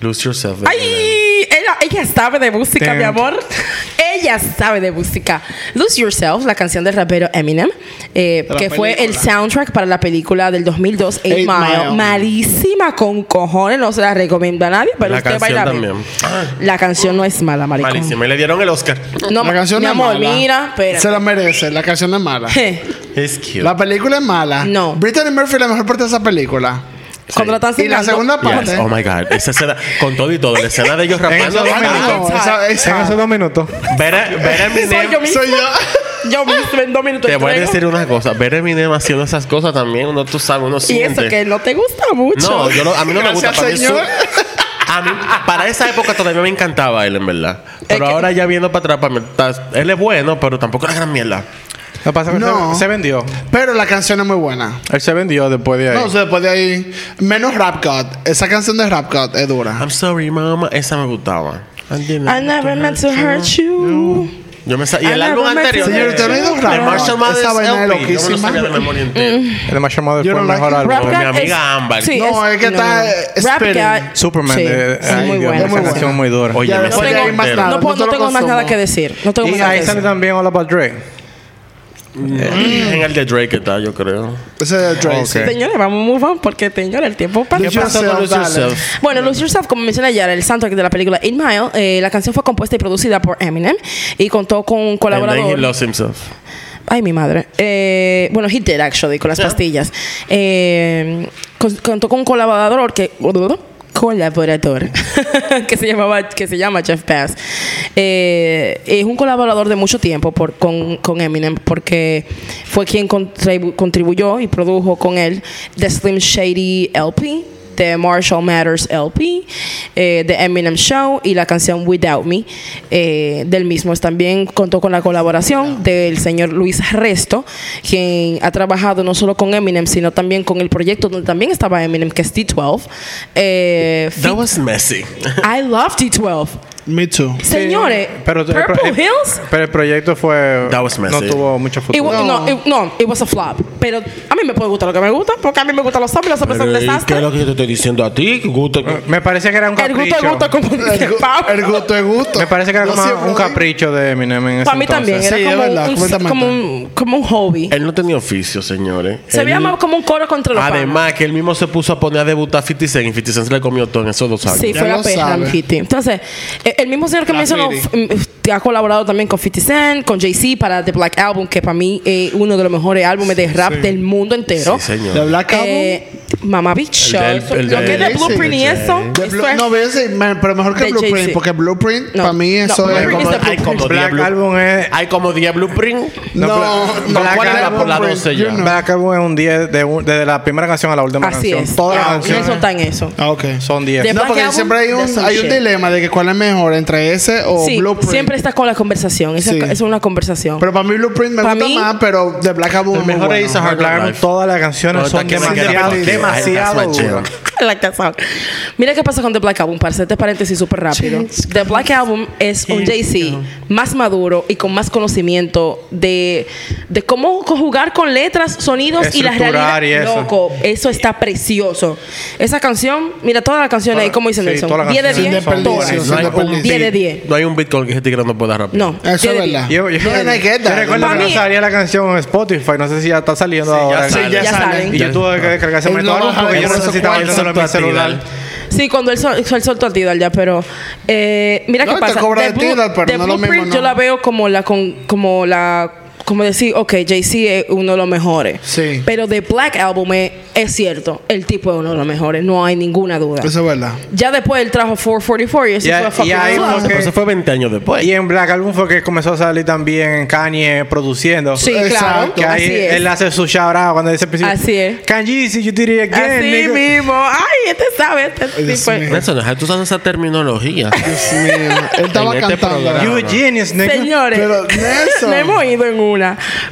Speaker 4: Lose Yourself.
Speaker 3: Pues
Speaker 4: de Eminem.
Speaker 2: ¡Ay! Ella, ella sabe de música,
Speaker 5: Damn.
Speaker 2: mi amor. Ella sabe de música. Lose Yourself, la canción del rapero Eminem, eh,
Speaker 3: La
Speaker 2: que fue el
Speaker 3: película.
Speaker 2: soundtrack para la película del 2002, Eight,
Speaker 3: Eight
Speaker 2: Mile.
Speaker 3: Mile.
Speaker 2: Malísima con cojones, no se la recomiendo a nadie, pero
Speaker 4: La
Speaker 2: usted
Speaker 4: canción
Speaker 2: baila bien.
Speaker 4: también.
Speaker 2: La canción no es mala, maricón.
Speaker 4: Malísima. Y le dieron el Oscar.
Speaker 2: No,
Speaker 3: La canción
Speaker 2: mi
Speaker 3: es
Speaker 2: amor,
Speaker 3: mala.
Speaker 2: mira, espérate.
Speaker 3: Se la merece. La canción es mala.
Speaker 4: Es cute.
Speaker 3: La película es mala.
Speaker 2: No.
Speaker 3: Brittany Murphy es la mejor parte de esa película.
Speaker 2: Cuando la están
Speaker 3: Y la
Speaker 2: silbando.
Speaker 3: segunda parte.
Speaker 2: ¿eh?
Speaker 4: Yes. Oh my God. Esa escena, con todo y todo, la escena de ellos rapando.
Speaker 5: Eso
Speaker 3: Ah, no, esa-
Speaker 5: en
Speaker 3: esa-
Speaker 5: esos dos minutos.
Speaker 4: Ver a, ver a
Speaker 2: Soy
Speaker 4: Eminem.
Speaker 2: yo misma.
Speaker 3: Soy yo.
Speaker 2: Yo misma en dos minutos.
Speaker 4: Te voy a
Speaker 2: entrego.
Speaker 4: decir una cosa. Ver a Eminem haciendo esas cosas también, uno tú sabes, uno
Speaker 2: Y
Speaker 4: siente.
Speaker 2: eso que no te gusta mucho.
Speaker 4: No, yo no- a mí no me gusta.
Speaker 3: Gracias,
Speaker 4: Para mí, es
Speaker 3: señor.
Speaker 4: su- a mí- para esa época todavía me encantaba él, en verdad. Pero
Speaker 2: que-
Speaker 4: ahora ya viendo para atrás, para mí, está- él es bueno, pero tampoco es la gran mierda.
Speaker 5: Lo que pasa es que
Speaker 3: No.
Speaker 5: se, se vendió.
Speaker 3: Pero la canción es muy buena.
Speaker 5: Él se vendió después de ahí.
Speaker 3: No, o sea, después de ahí. Menos Rap God. Esa canción de Rap God es
Speaker 5: Ah,
Speaker 3: dura.
Speaker 4: I'm sorry, mama. Esa me gustaba.
Speaker 2: I never meant to hurt you.
Speaker 4: Yo me sa- y
Speaker 2: I
Speaker 4: el
Speaker 2: never
Speaker 4: álbum
Speaker 2: meant
Speaker 4: anterior.
Speaker 2: to-
Speaker 4: de-
Speaker 3: Señor, usted no ha ido a
Speaker 4: de
Speaker 3: grabar.
Speaker 4: Marshall Mathers
Speaker 3: Esa vaina es
Speaker 4: LP. Yo me lo
Speaker 3: loquísima.
Speaker 4: sabía de memoria entera.
Speaker 5: el más llamado
Speaker 3: Yo
Speaker 5: después
Speaker 3: no la-
Speaker 5: mejor álbum.
Speaker 2: Rap
Speaker 4: Con mi
Speaker 2: God
Speaker 4: amiga Ámbar.
Speaker 3: No, es que está, eh,
Speaker 2: Rap
Speaker 3: Spitting.
Speaker 2: God-
Speaker 5: Superman
Speaker 2: Sí,
Speaker 5: de
Speaker 2: sí,
Speaker 5: ay,
Speaker 2: muy
Speaker 5: Dios,
Speaker 2: buena.
Speaker 5: esa
Speaker 3: Muy buena.
Speaker 5: canción muy
Speaker 4: Oye,
Speaker 5: dura.
Speaker 3: Pues Ya
Speaker 4: me
Speaker 3: no
Speaker 4: fue
Speaker 3: tengo
Speaker 4: entero.
Speaker 3: más nada.
Speaker 2: No, puedo-
Speaker 3: No
Speaker 2: no
Speaker 3: te lo
Speaker 2: tengo más
Speaker 3: consumo.
Speaker 2: nada que decir. No tengo más
Speaker 5: y
Speaker 2: nada que
Speaker 5: ahí sale
Speaker 2: decir.
Speaker 5: también All About Dre.
Speaker 2: Mm.
Speaker 4: en el de Drake está, yo creo.
Speaker 3: Ese es Drake.
Speaker 5: Ok.
Speaker 2: Señores, vamos a move on porque, señores, el tiempo pasa.
Speaker 3: Lose Yourself,
Speaker 4: Lose
Speaker 3: dale.
Speaker 4: Yourself?
Speaker 2: Bueno, Lose Yourself, como mencioné ayer, el soundtrack de la película In Mile, eh, la canción fue compuesta y producida por Eminem y contó con un
Speaker 4: And then he
Speaker 2: colaborador.
Speaker 4: lost himself.
Speaker 2: Ay, mi madre. Eh, bueno, he did actually, con las pastillas. Eh, con- contó con un colaborador que. Colaborador que se llamaba que se llama Jeff Bass Eh, es un colaborador de mucho tiempo por- con, con Eminem porque fue quien contribu- contribuyó y produjo con él The Slim Shady LP The Marshall Matters LP eh, The Eminem Show y la canción Without Me eh, del mismo también contó con la colaboración del señor Luis Resto quien ha trabajado no solo con Eminem sino también con el proyecto donde también estaba Eminem que es T12 eh,
Speaker 4: That was messy.
Speaker 2: I love T12
Speaker 3: Me too.
Speaker 2: señores
Speaker 5: Eh, Pero,
Speaker 2: Purple
Speaker 5: el, pro-
Speaker 2: Hills
Speaker 5: pero el proyecto fue.
Speaker 4: That was
Speaker 5: no
Speaker 4: messy.
Speaker 5: tuvo mucho
Speaker 2: It
Speaker 5: futuro.
Speaker 2: wa- no. it- no, it was a flop. Pero a mí me puede gustar lo que me gusta, porque a mí me gustan los zombies, los zombies son un desastre.
Speaker 4: que yo te estoy diciendo a ti? Gusto-
Speaker 5: Me parece que era un
Speaker 2: El
Speaker 5: capricho.
Speaker 2: gusto, el gusto, como dice
Speaker 3: El, gu-
Speaker 2: Pablo.
Speaker 3: el gusto es gusto.
Speaker 5: Me parece que era
Speaker 3: Yo
Speaker 5: como
Speaker 3: siempre
Speaker 5: un
Speaker 3: lo ¿eh?
Speaker 5: capricho de Eminem en ese
Speaker 2: Para mí también, era
Speaker 5: entonces.
Speaker 3: Sí, es
Speaker 2: como,
Speaker 3: verdad,
Speaker 2: un,
Speaker 3: completamente.
Speaker 2: como, un, como un hobby.
Speaker 4: Él no tenía oficio, señores.
Speaker 2: se
Speaker 4: Él-
Speaker 2: veía más como un coro contra los
Speaker 4: Además, que él mismo se puso a poner a debutar a 50 Cent y 50 Cent se le comió todo en esos dos
Speaker 2: panas.
Speaker 4: años.
Speaker 2: Sí,
Speaker 3: Ya
Speaker 2: fue la
Speaker 3: lo
Speaker 2: perra,
Speaker 3: sabe.
Speaker 2: Fiti. Entonces, eh, el mismo señor que mencionó
Speaker 3: Fiti.
Speaker 2: f- mm, ha colaborado también con 50 Cent, con Jay-Z para The Black Album, que para mí es uno de los mejores álbumes de rap del mundo entero.
Speaker 4: Sí,
Speaker 3: que- De
Speaker 4: señor.
Speaker 3: Black Album.
Speaker 2: Eh, Mamá Bitch.
Speaker 4: El del-
Speaker 2: eso-
Speaker 4: el
Speaker 2: Lo
Speaker 4: del-
Speaker 2: que es de
Speaker 3: ese,
Speaker 2: Blueprint y
Speaker 4: de
Speaker 2: eso.
Speaker 3: De
Speaker 2: eso
Speaker 3: Blu-
Speaker 2: es-
Speaker 3: no, ese, man, pero mejor que
Speaker 2: De
Speaker 3: Blueprint,
Speaker 2: Jay-Z.
Speaker 3: porque Blueprint,
Speaker 2: No,
Speaker 3: para mí
Speaker 2: no,
Speaker 3: eso es
Speaker 2: Blueprint
Speaker 3: como...
Speaker 2: es de-
Speaker 4: Hay como 10
Speaker 5: Black
Speaker 4: blu-
Speaker 5: Album es.
Speaker 4: Hay como 10 blueprints.
Speaker 3: No,
Speaker 5: Black-
Speaker 3: no,
Speaker 5: Black
Speaker 3: ¿cuál era
Speaker 5: Album,
Speaker 4: por la
Speaker 3: Blueprint?
Speaker 4: 12
Speaker 3: Yo
Speaker 4: ya.
Speaker 3: no.
Speaker 5: Black Album es un 10 de un- desde la primera canción a la última
Speaker 2: Así
Speaker 5: canción.
Speaker 2: es.
Speaker 5: Todas las
Speaker 2: Ah,
Speaker 5: canciones
Speaker 2: Nelson está en eso.
Speaker 3: Ah, ok.
Speaker 5: son 10.
Speaker 2: De-
Speaker 3: no,
Speaker 2: Black
Speaker 3: porque
Speaker 2: Album,
Speaker 3: siempre hay
Speaker 2: that's
Speaker 3: un,
Speaker 2: some
Speaker 3: hay un
Speaker 2: shit.
Speaker 3: dilema de que cuál es mejor, entre ese o
Speaker 2: Sí,
Speaker 3: Oh, Blueprint.
Speaker 2: siempre está con la conversación. Esa
Speaker 3: Sí.
Speaker 2: esa es una conversación.
Speaker 3: Pero para mí Blueprint me
Speaker 2: Pa'
Speaker 3: gusta
Speaker 2: mí-
Speaker 3: más, pero de Black Album
Speaker 4: El
Speaker 3: es
Speaker 4: mejor
Speaker 3: muy
Speaker 4: es
Speaker 3: bueno.
Speaker 4: Isa Hard
Speaker 5: Black Album,
Speaker 4: Life.
Speaker 5: todas las canciones
Speaker 4: Ahorita
Speaker 5: son
Speaker 4: que me quedé
Speaker 5: demasiado,
Speaker 4: perdido.
Speaker 5: demasiado
Speaker 4: Ay, that's my
Speaker 5: duras.
Speaker 4: jam.
Speaker 2: I like that song. Mira qué pasa con The Black Album, para hacerte paréntesis súper rápido. The Black Album es un Jay-Z más maduro y con más conocimiento de, de cómo conjugar con letras, sonidos y la
Speaker 5: Estructurar
Speaker 2: realidad.
Speaker 5: y eso.
Speaker 2: Loco, eso está precioso. Esa canción, mira, todas las canciones,
Speaker 5: Todas-
Speaker 2: como dice
Speaker 5: sí,
Speaker 2: Nelson,
Speaker 5: todas las
Speaker 2: 10 de
Speaker 5: canciones
Speaker 2: 10,
Speaker 3: son buenas.
Speaker 2: todas.
Speaker 3: Sin desperdicio.
Speaker 2: 10 de 10.
Speaker 4: No hay un Bitcoin que ese tigre no pueda rapear.
Speaker 2: No,
Speaker 3: Eso
Speaker 2: 10
Speaker 3: es
Speaker 2: de 10.
Speaker 3: verdad.
Speaker 5: Yo, yo,
Speaker 3: No, no hay que
Speaker 5: yo
Speaker 3: dar.
Speaker 5: recuerdo
Speaker 2: Pa'
Speaker 5: que no
Speaker 2: mí-
Speaker 5: salía la canción en Spotify. No sé si ya está saliendo
Speaker 4: ya
Speaker 5: ahora.
Speaker 3: Sí,
Speaker 4: sale.
Speaker 3: ya,
Speaker 2: Ya
Speaker 3: salen.
Speaker 2: salen.
Speaker 5: Y yo tuve que descargar ese
Speaker 3: Él no
Speaker 5: método
Speaker 3: baja
Speaker 5: porque
Speaker 3: de
Speaker 5: yo
Speaker 3: esos
Speaker 5: necesitaba
Speaker 3: cuartos,
Speaker 5: solo en mi
Speaker 4: tú a
Speaker 5: celular.
Speaker 2: Sí, cuando él, sol, él soltó el Tidal ya, pero eh, mira
Speaker 3: No,
Speaker 2: qué
Speaker 3: te
Speaker 2: pasa.
Speaker 3: cobra
Speaker 2: The
Speaker 3: el Tidal, pero
Speaker 2: The
Speaker 3: no lo mismo,
Speaker 2: Blueprint
Speaker 3: no.
Speaker 2: Yo la veo como la con, como la como decir, ok, Jay-Z es uno de los mejores.
Speaker 3: Sí.
Speaker 2: Pero de Black Album es, es cierto, el tipo es uno de los mejores, no hay ninguna duda.
Speaker 3: Eso es verdad.
Speaker 2: Ya después él trajo 444 y eso
Speaker 5: Ya-
Speaker 2: fue
Speaker 5: y
Speaker 2: fucking
Speaker 5: ahí
Speaker 2: flop.
Speaker 5: fue que-
Speaker 4: Pero eso fue 20 años después.
Speaker 5: Y en Black Album fue que comenzó a salir también Kanye produciendo.
Speaker 2: Sí,
Speaker 3: Exacto.
Speaker 5: Que
Speaker 2: claro.
Speaker 5: ahí
Speaker 2: Así es.
Speaker 5: él hace su shout out cuando dice al principio.
Speaker 2: Así es.
Speaker 5: Kanye, si you did it again.
Speaker 2: Así
Speaker 5: nigga".
Speaker 2: mismo. Ay, este sabe, este
Speaker 3: Dios
Speaker 2: tipo.
Speaker 3: mío.
Speaker 4: Nelson, deja tú usando esa terminología.
Speaker 3: Sí, él estaba
Speaker 4: En este
Speaker 3: cantando.
Speaker 4: programa.
Speaker 5: You a genius, nigga.
Speaker 2: Señores,
Speaker 3: Pero, Nelson.
Speaker 2: no hemos ido en una.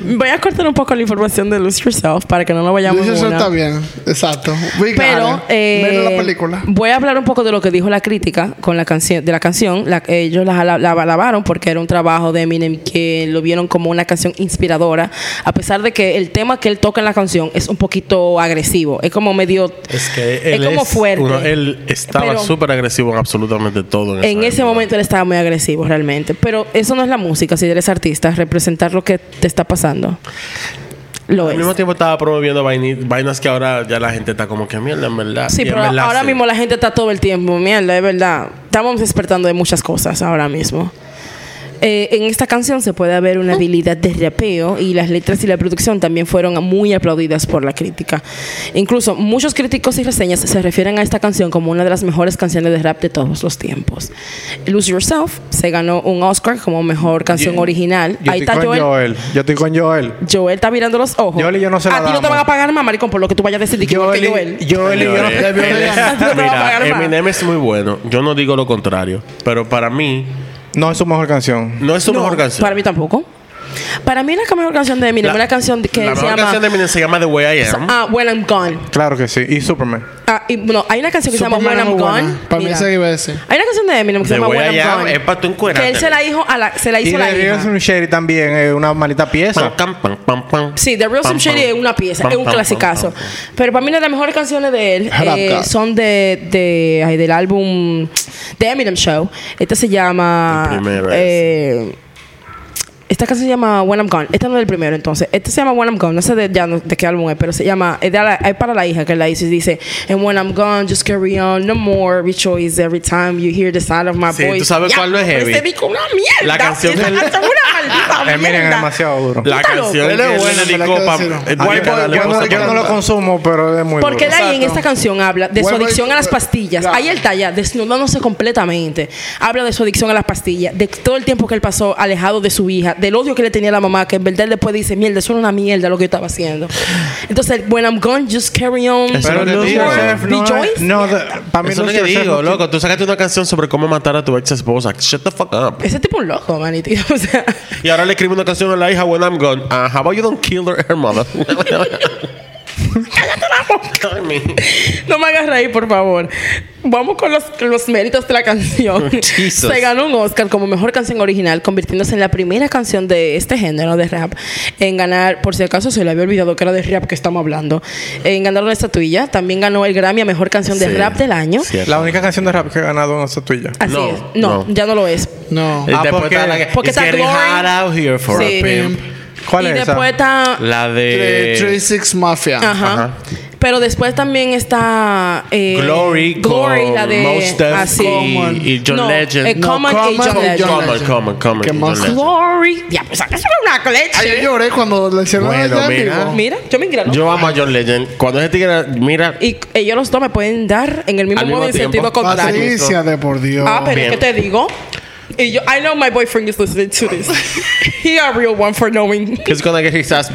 Speaker 2: Voy a cortar un poco la información de Lose Yourself para que no nos vayamos en
Speaker 3: Dice, eso
Speaker 2: una.
Speaker 3: está bien. Exacto. We got
Speaker 2: Pero
Speaker 3: it.
Speaker 2: eh,
Speaker 3: Ven a la película.
Speaker 2: voy a hablar un poco de lo que dijo la crítica con la canción de la canción. La- ellos la, la- la alabaron porque era un trabajo de Eminem que lo vieron como una canción inspiradora, a pesar de que el tema que él toca en la canción es un poquito agresivo, es como medio
Speaker 4: Es que él
Speaker 2: es como
Speaker 4: es
Speaker 2: fuerte.
Speaker 4: uno- él estaba
Speaker 2: Pero-
Speaker 4: súper agresivo en absolutamente todo. En, esa
Speaker 2: en ese
Speaker 4: época.
Speaker 2: momento él estaba muy agresivo realmente, pero eso no es la música, si eres artista, representar lo que te está pasando. Lo
Speaker 4: Al
Speaker 2: es.
Speaker 4: mismo tiempo estaba promoviendo vaini- vainas que ahora ya la gente está como que mierda, en verdad.
Speaker 2: Sí,
Speaker 4: Y en
Speaker 2: pero
Speaker 4: verdad
Speaker 2: ahora
Speaker 4: sí.
Speaker 2: mismo la gente está todo el tiempo, mierda, es verdad. Estamos despertando de muchas cosas ahora mismo. Eh, en esta canción se puede ver una habilidad de rapeo y las letras y la producción también fueron muy aplaudidas por la crítica. Incluso muchos críticos y reseñas se refieren a esta canción como una de las mejores canciones de rap de todos los tiempos. Lose Yourself se ganó un Oscar como mejor canción original.
Speaker 5: Yo
Speaker 2: Ahí
Speaker 5: estoy
Speaker 2: está
Speaker 5: con
Speaker 2: Joel.
Speaker 5: Joel. Yo estoy con Joel.
Speaker 2: Joel está mirando los ojos.
Speaker 5: Joel y yo no se la
Speaker 2: a ti no te
Speaker 5: damos.
Speaker 2: van a pagar más, maricón, por lo que tú vayas a decir. igual
Speaker 5: Joel,
Speaker 2: que Joel.
Speaker 5: y- Joel y yo.
Speaker 4: Señores,
Speaker 3: Él vio
Speaker 4: él
Speaker 3: que
Speaker 4: es-
Speaker 2: ganó. No te va a
Speaker 4: Mira,
Speaker 2: pagar más.
Speaker 4: Eminem es muy bueno. Yo no digo lo contrario. Pero para mí,
Speaker 5: No es su mejor canción.
Speaker 4: no es su
Speaker 2: No,
Speaker 4: mejor canción.
Speaker 2: Para mí tampoco. Para mí la mejor canción de Eminem,
Speaker 4: La-
Speaker 2: una canción que
Speaker 4: la
Speaker 2: se
Speaker 4: mejor
Speaker 2: llama
Speaker 4: canción de Eminem se llama The Way I Am.
Speaker 2: Ah, When I'm Gone.
Speaker 5: Claro que sí. Y Superman.
Speaker 2: Ah, y, no, hay una canción que se llama When
Speaker 3: Superman es
Speaker 2: I'm
Speaker 3: muy
Speaker 2: Gone.
Speaker 3: buena. Para mí
Speaker 2: Mira.
Speaker 3: esa iba a decir.
Speaker 2: Hay una canción de Eminem que se
Speaker 4: The
Speaker 2: llama
Speaker 4: Way
Speaker 2: When
Speaker 4: I
Speaker 2: I'm
Speaker 4: Am
Speaker 2: Gone.
Speaker 4: es pa' tú encuerarte.
Speaker 2: Que él se la hizo a la se la
Speaker 5: Y
Speaker 2: hizo a
Speaker 5: The
Speaker 2: la
Speaker 5: Real
Speaker 2: hija.
Speaker 5: Slim Shady también es una maldita
Speaker 4: Pam,
Speaker 5: pieza.
Speaker 4: pam, pam, pam, pam.
Speaker 2: Sí, The Real
Speaker 4: Pam,
Speaker 2: Sim Shady
Speaker 4: pam.
Speaker 2: es una pieza,
Speaker 4: Pam,
Speaker 2: es un
Speaker 4: pam, pam,
Speaker 2: clasicazo.
Speaker 4: pam, pam.
Speaker 2: Pero para mí una de las mejores canciones de él
Speaker 3: Hot Up
Speaker 2: eh,
Speaker 3: God.
Speaker 2: son de, de ay, del álbum The Eminem Show. Esta se llama
Speaker 4: El primero
Speaker 2: eh, Esta canción se llama When I'm Gone. Esta no es el primero, entonces. Este se llama When I'm Gone. No sé de, ya no- de qué álbum es, pero se llama. Es, de la- es para la hija que la hizo y dice: And when I'm gone, just carry on. No more rejoice every time you hear the sound of my
Speaker 4: Sí,
Speaker 2: voice.
Speaker 4: tú sabes
Speaker 2: Ya,
Speaker 4: cuál no es
Speaker 2: pero
Speaker 4: heavy.
Speaker 2: Ese disco es una mierda.
Speaker 4: La canción
Speaker 2: Esa
Speaker 4: del-
Speaker 2: canción es una maldita
Speaker 5: Eh, miren, es
Speaker 2: mierda.
Speaker 5: demasiado duro.
Speaker 4: La
Speaker 2: Está loco. pues,
Speaker 4: canción
Speaker 3: Él es
Speaker 4: que
Speaker 3: bueno,
Speaker 4: le
Speaker 3: me la
Speaker 4: dedicó
Speaker 3: quedo
Speaker 4: pa-
Speaker 3: decirlo.
Speaker 4: eh,
Speaker 5: Aquí,
Speaker 4: Guaybo,
Speaker 5: yo,
Speaker 4: dale,
Speaker 5: no,
Speaker 4: vamos a
Speaker 5: yo no lo
Speaker 4: ponerlo.
Speaker 5: consumo, pero es muy
Speaker 2: Porque él
Speaker 5: duro.
Speaker 2: ahí en
Speaker 3: Exacto.
Speaker 2: esta canción habla de su
Speaker 3: Vuelvo y-
Speaker 2: adicción a las pastillas.
Speaker 3: Claro.
Speaker 2: Ahí él está ya desnudándose completamente. Habla de su adicción a las pastillas, de todo el tiempo que él pasó alejado de su hija, del odio que le tenía la mamá, que en verdad él después dice, mierda, eso era una mierda lo que yo estaba haciendo. Entonces, when I'm gone, just carry on.
Speaker 4: Eso
Speaker 5: Pero
Speaker 4: es lo
Speaker 5: Lose
Speaker 4: que digo.
Speaker 5: Yourself no es-
Speaker 2: Rejoice.
Speaker 5: no, para mí
Speaker 4: Eso es
Speaker 5: Lose
Speaker 4: lo que
Speaker 5: Yourself
Speaker 4: digo,
Speaker 5: no-
Speaker 4: loco. Tú sacaste una canción sobre cómo matar a tu ex esposa. Shut the fuck up.
Speaker 2: Ese tipo es un loco, manito. O sea,
Speaker 4: Y ahora le escribe una canción a la hija When I'm Gone. Ah, how about you don't kill her, her mother? I mean,
Speaker 2: no me hagas reír, por favor. Vamos con los, con los méritos de la canción.
Speaker 4: Jesus.
Speaker 2: Se ganó un Oscar como mejor canción original, convirtiéndose en la primera canción de este género de rap en ganar, por si acaso se le había olvidado que era de rap que estamos hablando, en ganar una estatuilla. También ganó el Grammy a mejor canción de
Speaker 4: Sí.
Speaker 2: rap del año.
Speaker 4: Cierto.
Speaker 5: La única canción de rap que ha ganado una estatuilla.
Speaker 2: Así
Speaker 4: No,
Speaker 2: es. No,
Speaker 4: no.
Speaker 2: ya no lo es.
Speaker 3: No.
Speaker 4: Y
Speaker 5: Ah,
Speaker 4: después
Speaker 5: porque-
Speaker 4: está la que-
Speaker 2: porque
Speaker 4: It's
Speaker 2: está
Speaker 4: getting
Speaker 2: Glory.
Speaker 4: hot out here for
Speaker 2: Sí.
Speaker 4: a pimp.
Speaker 5: ¿Cuál
Speaker 2: y
Speaker 5: es esa?
Speaker 2: después está.
Speaker 4: La de...
Speaker 3: Eh, Three Six Mafia.
Speaker 2: Ajá.
Speaker 4: Ajá.
Speaker 2: Pero después también está eh,
Speaker 4: Glory,
Speaker 2: Glory,
Speaker 4: con
Speaker 2: la de
Speaker 4: Mos Def
Speaker 2: así.
Speaker 4: y, y John
Speaker 2: No,
Speaker 4: Legend.
Speaker 2: eh,
Speaker 3: No,
Speaker 2: Common y
Speaker 3: Common
Speaker 2: John
Speaker 3: y
Speaker 2: Legend.
Speaker 3: John
Speaker 4: Common, Common, Common.
Speaker 3: Que
Speaker 4: John
Speaker 3: más-
Speaker 4: Legend.
Speaker 2: Glory. Ya, pues eso es una
Speaker 3: Ay,
Speaker 2: colección.
Speaker 3: yo lloré cuando le hicieron
Speaker 4: Bueno,
Speaker 3: allá en
Speaker 4: mira.
Speaker 3: vivo.
Speaker 2: Mira, yo me engrano.
Speaker 4: Yo amo a John Legend. Cuando ese tigre, mira,
Speaker 2: Y ellos los dos me pueden dar en el mismo
Speaker 4: Al
Speaker 2: modo
Speaker 4: mismo
Speaker 2: en sentido
Speaker 4: tiempo.
Speaker 2: contrario.
Speaker 3: Patricia de por Dios.
Speaker 2: Ah, pero es
Speaker 4: Bien.
Speaker 2: que te digo. Y yo, I know my boyfriend is listening to this. He a real one for knowing.
Speaker 4: he's gonna get his ass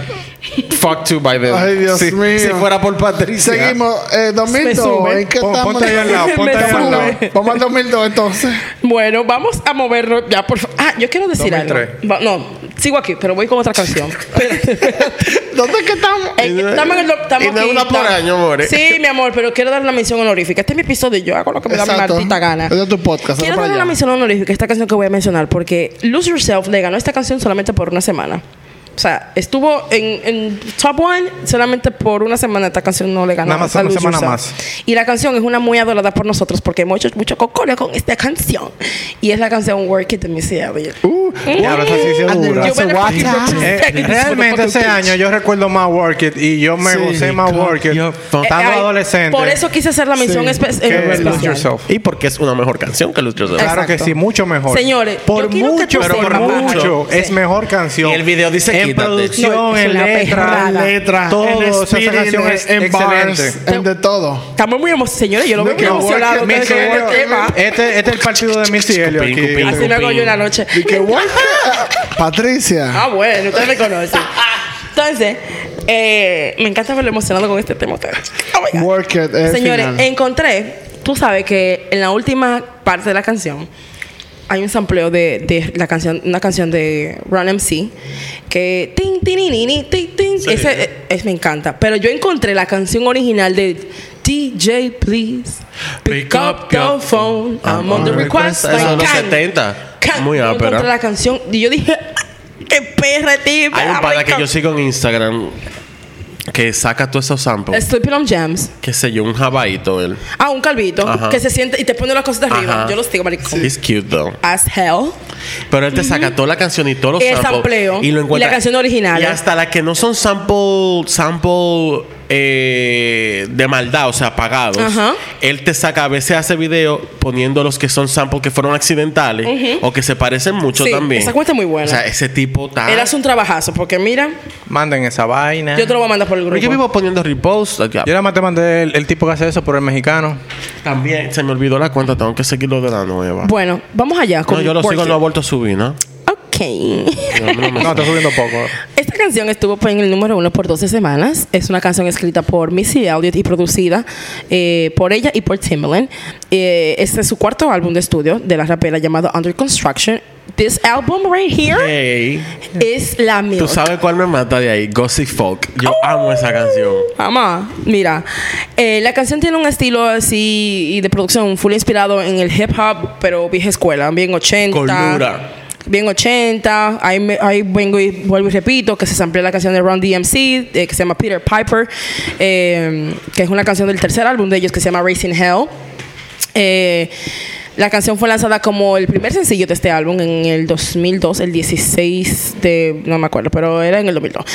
Speaker 4: fucked to by the...
Speaker 3: Ay, Dios
Speaker 4: si,
Speaker 3: mío.
Speaker 4: Si fuera por Patricia.
Speaker 3: Seguimos. Eh,
Speaker 2: Me
Speaker 3: 2002.
Speaker 2: sube.
Speaker 3: ¿En qué
Speaker 5: Pon-
Speaker 3: estamos?
Speaker 5: ponte ahí al lado, ponte
Speaker 2: Me
Speaker 5: ahí al lado.
Speaker 2: sube.
Speaker 3: Vamos al 2002 entonces.
Speaker 2: Bueno, vamos a movernos ya, por favor. Ah, yo quiero decir
Speaker 5: 2003.
Speaker 2: algo. Va- No, sigo aquí, pero voy con otra canción. Espérate, espérate.
Speaker 3: ¿Dónde es que estamos?
Speaker 2: Es que Estamos en el estamos
Speaker 4: Y no es
Speaker 2: aquí,
Speaker 4: una por
Speaker 2: estamos-
Speaker 4: año, more.
Speaker 2: Sí, mi amor, pero quiero dar una mención honorífica. Este es mi episodio, yo hago lo que me da mi maldita gana.
Speaker 3: Ese es tu podcast.
Speaker 2: Quiero
Speaker 3: anda para
Speaker 2: dar una
Speaker 3: allá.
Speaker 2: mención honorífica a esta canción que voy a mencionar porque Lose Yourself le ganó esta canción solamente por una semana. O sea, estuvo en, en top one solamente por una semana. Esta canción no le ganó.
Speaker 5: Nada más
Speaker 2: a
Speaker 5: una
Speaker 2: Lose
Speaker 5: semana
Speaker 2: Yourself.
Speaker 5: más.
Speaker 2: Y la canción es una muy adorada por nosotros porque hemos hecho mucho cocorio con esta canción. Y es la canción Work It de Missy Elliott.
Speaker 5: Ya, pero esa sí se
Speaker 3: Ande,
Speaker 5: dura.
Speaker 2: yo
Speaker 3: so
Speaker 2: better
Speaker 3: what
Speaker 2: fucking
Speaker 3: time?
Speaker 2: protect
Speaker 5: Eh,
Speaker 2: this
Speaker 5: realmente
Speaker 2: motherfucking
Speaker 5: ese
Speaker 2: bitch.
Speaker 5: año yo recuerdo más Work It y yo me
Speaker 3: Sí,
Speaker 5: gocé más
Speaker 4: cut
Speaker 5: Work It
Speaker 4: your phone.
Speaker 5: estando
Speaker 2: Eh, ay,
Speaker 5: adolescente.
Speaker 2: Por eso quise hacer la mención
Speaker 3: Sí.
Speaker 2: espe-
Speaker 5: que
Speaker 2: eh,
Speaker 5: es Lose
Speaker 2: especial.
Speaker 5: Yourself.
Speaker 4: Y porque es una mejor canción que Luz Joseph.
Speaker 5: Claro que
Speaker 2: Exacto.
Speaker 5: sí, mucho mejor.
Speaker 2: Señores, yo
Speaker 5: por
Speaker 2: quiero que
Speaker 5: mucho,
Speaker 2: tú
Speaker 5: pero por
Speaker 2: sepas, Majo.
Speaker 5: mucho es
Speaker 2: Sí.
Speaker 5: mejor canción.
Speaker 4: Y el video dice,
Speaker 5: en
Speaker 4: "Quítate".
Speaker 5: producción,
Speaker 2: No, es
Speaker 5: en
Speaker 2: una
Speaker 5: letra,
Speaker 2: perrada.
Speaker 5: letra,
Speaker 2: Ah,
Speaker 5: todo. O sea, esa canción es
Speaker 3: en bars,
Speaker 5: excelente.
Speaker 3: en de todo.
Speaker 2: Estamos muy emocionados. Señores, yo lo veo muy
Speaker 3: que Work It,
Speaker 2: emocionado.
Speaker 3: Missy
Speaker 2: Ustedes saben
Speaker 3: Elliott,
Speaker 2: de qué va.
Speaker 5: Este, este es el partido de Missy Elliott.
Speaker 4: Cupín,
Speaker 5: aquí.
Speaker 4: cupín.
Speaker 2: Así me hago yo una noche.
Speaker 3: Y que work it. Patricia.
Speaker 2: Ah, bueno, ustedes me conocen. Entonces, eh, me encanta verlo emocionado con este tema. ustedes. Oh my God.
Speaker 3: Work it. el
Speaker 2: Señores,
Speaker 3: final.
Speaker 2: encontré, tú sabes que en la última parte de la canción hay un sampleo de, de la canción, una canción de Run MC que tin, tin, ni, ni, ni, tin, tin.
Speaker 4: Sí.
Speaker 2: Ese, eh, es, me encanta. Pero yo encontré la canción original de DJ Please Pick up the phone I'm on the request
Speaker 4: Ah, pues, Eso
Speaker 2: line.
Speaker 4: en los
Speaker 2: Can-
Speaker 4: 70.
Speaker 2: can-
Speaker 4: Muy
Speaker 2: yo encontré
Speaker 4: ápera.
Speaker 2: la canción y yo dije "Ah, qué perra tipo.
Speaker 4: Hay un pana que yo sigo en Instagram que saca todos esos samples.
Speaker 2: Sleeping on Jams.
Speaker 4: Qué sé yo, un jabaito él.
Speaker 2: Ah, un calvito
Speaker 4: Ajá.
Speaker 2: que se siente y te pone las cosas de arriba.
Speaker 4: Ajá.
Speaker 2: Yo los digo, marico.
Speaker 4: He's cute though.
Speaker 2: As hell.
Speaker 4: Pero él te saca toda la canción y todos los
Speaker 2: Y el
Speaker 4: samples.
Speaker 2: sampleo,
Speaker 4: Y lo
Speaker 2: y la
Speaker 4: encuentra.
Speaker 2: canción original.
Speaker 4: Y hasta las que no son sample, sample eh, de maldad, o sea, apagados.
Speaker 2: Ajá.
Speaker 4: Él te saca, a veces hace video poniendo los que son samples que fueron accidentales o que se parecen mucho
Speaker 2: Sí,
Speaker 4: también.
Speaker 2: esa cuenta es muy buena.
Speaker 4: O sea, ese tipo está.
Speaker 2: Él hace un trabajazo porque mira,
Speaker 5: Manden esa vaina.
Speaker 2: yo te lo voy a mandar por el
Speaker 4: Pero
Speaker 2: grupo.
Speaker 4: yo vivo poniendo repost. acá.
Speaker 5: Yo nada más te mandé el, el tipo que hace eso por el mexicano.
Speaker 4: También se me olvidó la cuenta, tengo que seguirlo de la nueva.
Speaker 2: Bueno, vamos allá con
Speaker 4: no, yo lo
Speaker 2: Work
Speaker 4: sigo,
Speaker 2: It.
Speaker 4: no ha vuelto a subir, ¿no?
Speaker 2: Ok.
Speaker 4: Yo no me-
Speaker 5: No, está subiendo poco.
Speaker 2: Esta canción estuvo pues, en el número uno por 12 semanas. Es una canción escrita por Missy Elliott y producida eh, por ella y por Timbaland. Eh, este es su cuarto álbum de estudio de la rapera llamado Under Construction. This album right here
Speaker 4: Ey,
Speaker 2: es la mía.
Speaker 4: ¿Tú sabes cuál me mata de ahí? Gossip Folk. Yo
Speaker 2: Oh.
Speaker 4: amo esa canción.
Speaker 2: Mamá, mira, eh, la canción tiene un estilo así y de producción full inspirado en el hip hop, pero vieja escuela, bien 80.
Speaker 4: Cordura.
Speaker 2: Bien 80, ahí, me- ahí vengo y vuelvo y repito que se samplea la canción de Ron DMC, eh, que se llama Peter Piper, eh, que es una canción del tercer álbum de ellos que se llama Racing Hell. Eh, La canción fue lanzada como el primer sencillo de este álbum en el 2002, el 16 de. No me acuerdo, pero era en el 2002.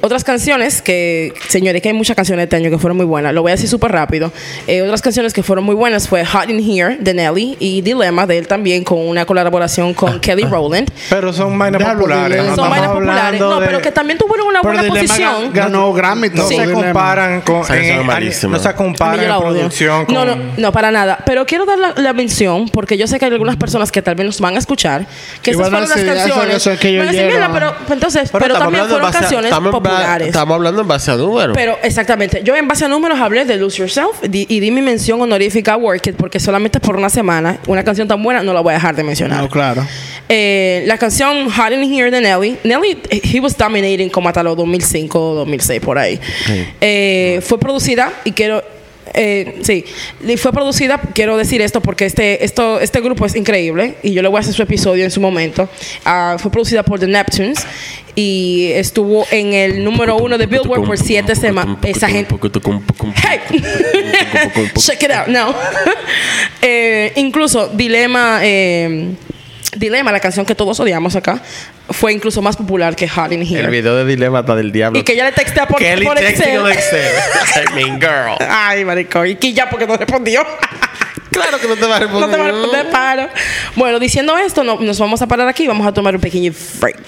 Speaker 2: Otras canciones que, señores, que hay muchas canciones este año que fueron muy buenas. Lo voy a decir súper rápido. Eh, otras canciones que fueron muy buenas fue Hot in Here de Nelly y Dilemma de él también con una colaboración con Kelly Rowland.
Speaker 5: Pero son vainas
Speaker 3: Diablo,
Speaker 5: populares.
Speaker 3: Diablo.
Speaker 5: no
Speaker 2: Son
Speaker 5: estamos
Speaker 2: vainas populares.
Speaker 5: hablando
Speaker 2: No,
Speaker 5: de-
Speaker 2: pero que también tuvieron una
Speaker 3: Pero
Speaker 2: buena
Speaker 3: Dilemma
Speaker 2: posición.
Speaker 3: gan- ganó Grammy y
Speaker 5: No
Speaker 3: todo.
Speaker 5: se
Speaker 3: Dilemma.
Speaker 5: comparan con.
Speaker 4: Esa canción es malísima.
Speaker 5: no se
Speaker 2: A mí
Speaker 5: comparan
Speaker 2: yo la
Speaker 5: en
Speaker 2: odio.
Speaker 5: producción con.
Speaker 2: No, no, no, para nada. Pero quiero dar la, la mención, porque yo sé que hay algunas personas que tal vez nos van a escuchar, que
Speaker 3: Y
Speaker 2: esas
Speaker 3: van a
Speaker 2: fueron las
Speaker 3: decir, "Ah,
Speaker 2: canciones.
Speaker 3: eso es que yo
Speaker 2: Van a decir,
Speaker 3: llego".
Speaker 2: "Mira, pero, pero entonces, pero,
Speaker 4: Pero estamos
Speaker 2: también
Speaker 4: hablando en
Speaker 2: fueron
Speaker 4: base a-
Speaker 2: canciones
Speaker 4: estamos en ba-
Speaker 2: populares.
Speaker 4: Estamos hablando en base a números.
Speaker 2: Pero exactamente, yo en base a números hablé de Lose Yourself di- y di mi mención honorífica a Work It porque solamente por una semana, una canción tan buena no la voy a dejar de mencionar.
Speaker 3: No, claro.
Speaker 2: Eh, la canción Hot in Here de Nelly. Nelly, eh, he was dominating como hasta los 2005, 2006, por ahí. Eh, fue producida y quiero. eh, sí, y fue producida, quiero decir esto porque este, esto, este grupo es increíble y yo le voy a hacer su episodio en su momento. Ah, fue producida por The Neptunes y estuvo en el número uno de Billboard por siete semanas. Esa gente. Hey, check it out. No. Eh, incluso Dilema, eh, Dilema, la canción que todos odiamos acá, fue incluso más popular que Hot in
Speaker 4: El
Speaker 2: Here.
Speaker 4: video de Dilema está del diablo.
Speaker 2: Y que ya le texté por,
Speaker 4: Kelly
Speaker 2: por
Speaker 4: texting
Speaker 2: Excel.
Speaker 4: on Excel. I mean, girl.
Speaker 2: Ay, marico, y que ya porque no respondió.
Speaker 4: Claro que no te va a
Speaker 2: No
Speaker 4: responder.
Speaker 2: te va a responder, paro. Bueno, diciendo esto, no- nos vamos a parar aquí y vamos a tomar un pequeño break.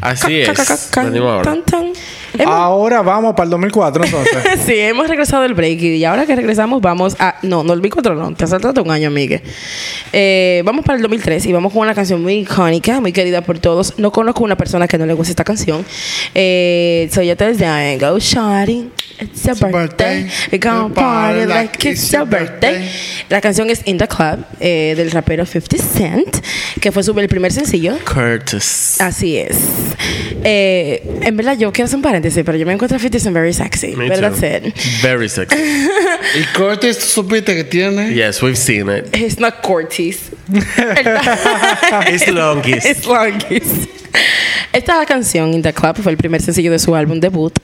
Speaker 4: Así
Speaker 2: Ca- ca- ca-
Speaker 4: es.
Speaker 2: ca-
Speaker 4: Venimos ahora.
Speaker 2: tan, tan. Hemos-
Speaker 5: Ahora vamos para el 2004, entonces.
Speaker 2: Sí, hemos regresado del break y ahora que regresamos vamos a... No, no, el 2004 no, te has saltado un año, amigue. Eh, vamos para el 2003 y vamos con una canción muy icónica, muy querida por todos. No conozco una persona que no le guste esta canción. Eh, so ya te decía, go shawty, it's your
Speaker 3: It's your
Speaker 2: birthday.
Speaker 3: birthday.
Speaker 2: We gonna party like it's your birthday. La canción es In The Club eh, del rapero 50 Cent, que fue su el primer sencillo.
Speaker 4: Curtis.
Speaker 2: Así es. Eh, en verdad, yo quiero hacer un paréntesis, pero yo me encuentro a 50 Cent very sexy.
Speaker 4: Me
Speaker 2: Pero
Speaker 4: too.
Speaker 2: that's it.
Speaker 4: Very sexy.
Speaker 3: Y Curtis, ¿tú supiste que tiene?
Speaker 4: Yes, we've seen it.
Speaker 2: It's not Cortis.
Speaker 4: It's Longis.
Speaker 2: It's Longis. Esta canción, In the Club, fue el primer sencillo de su álbum debut.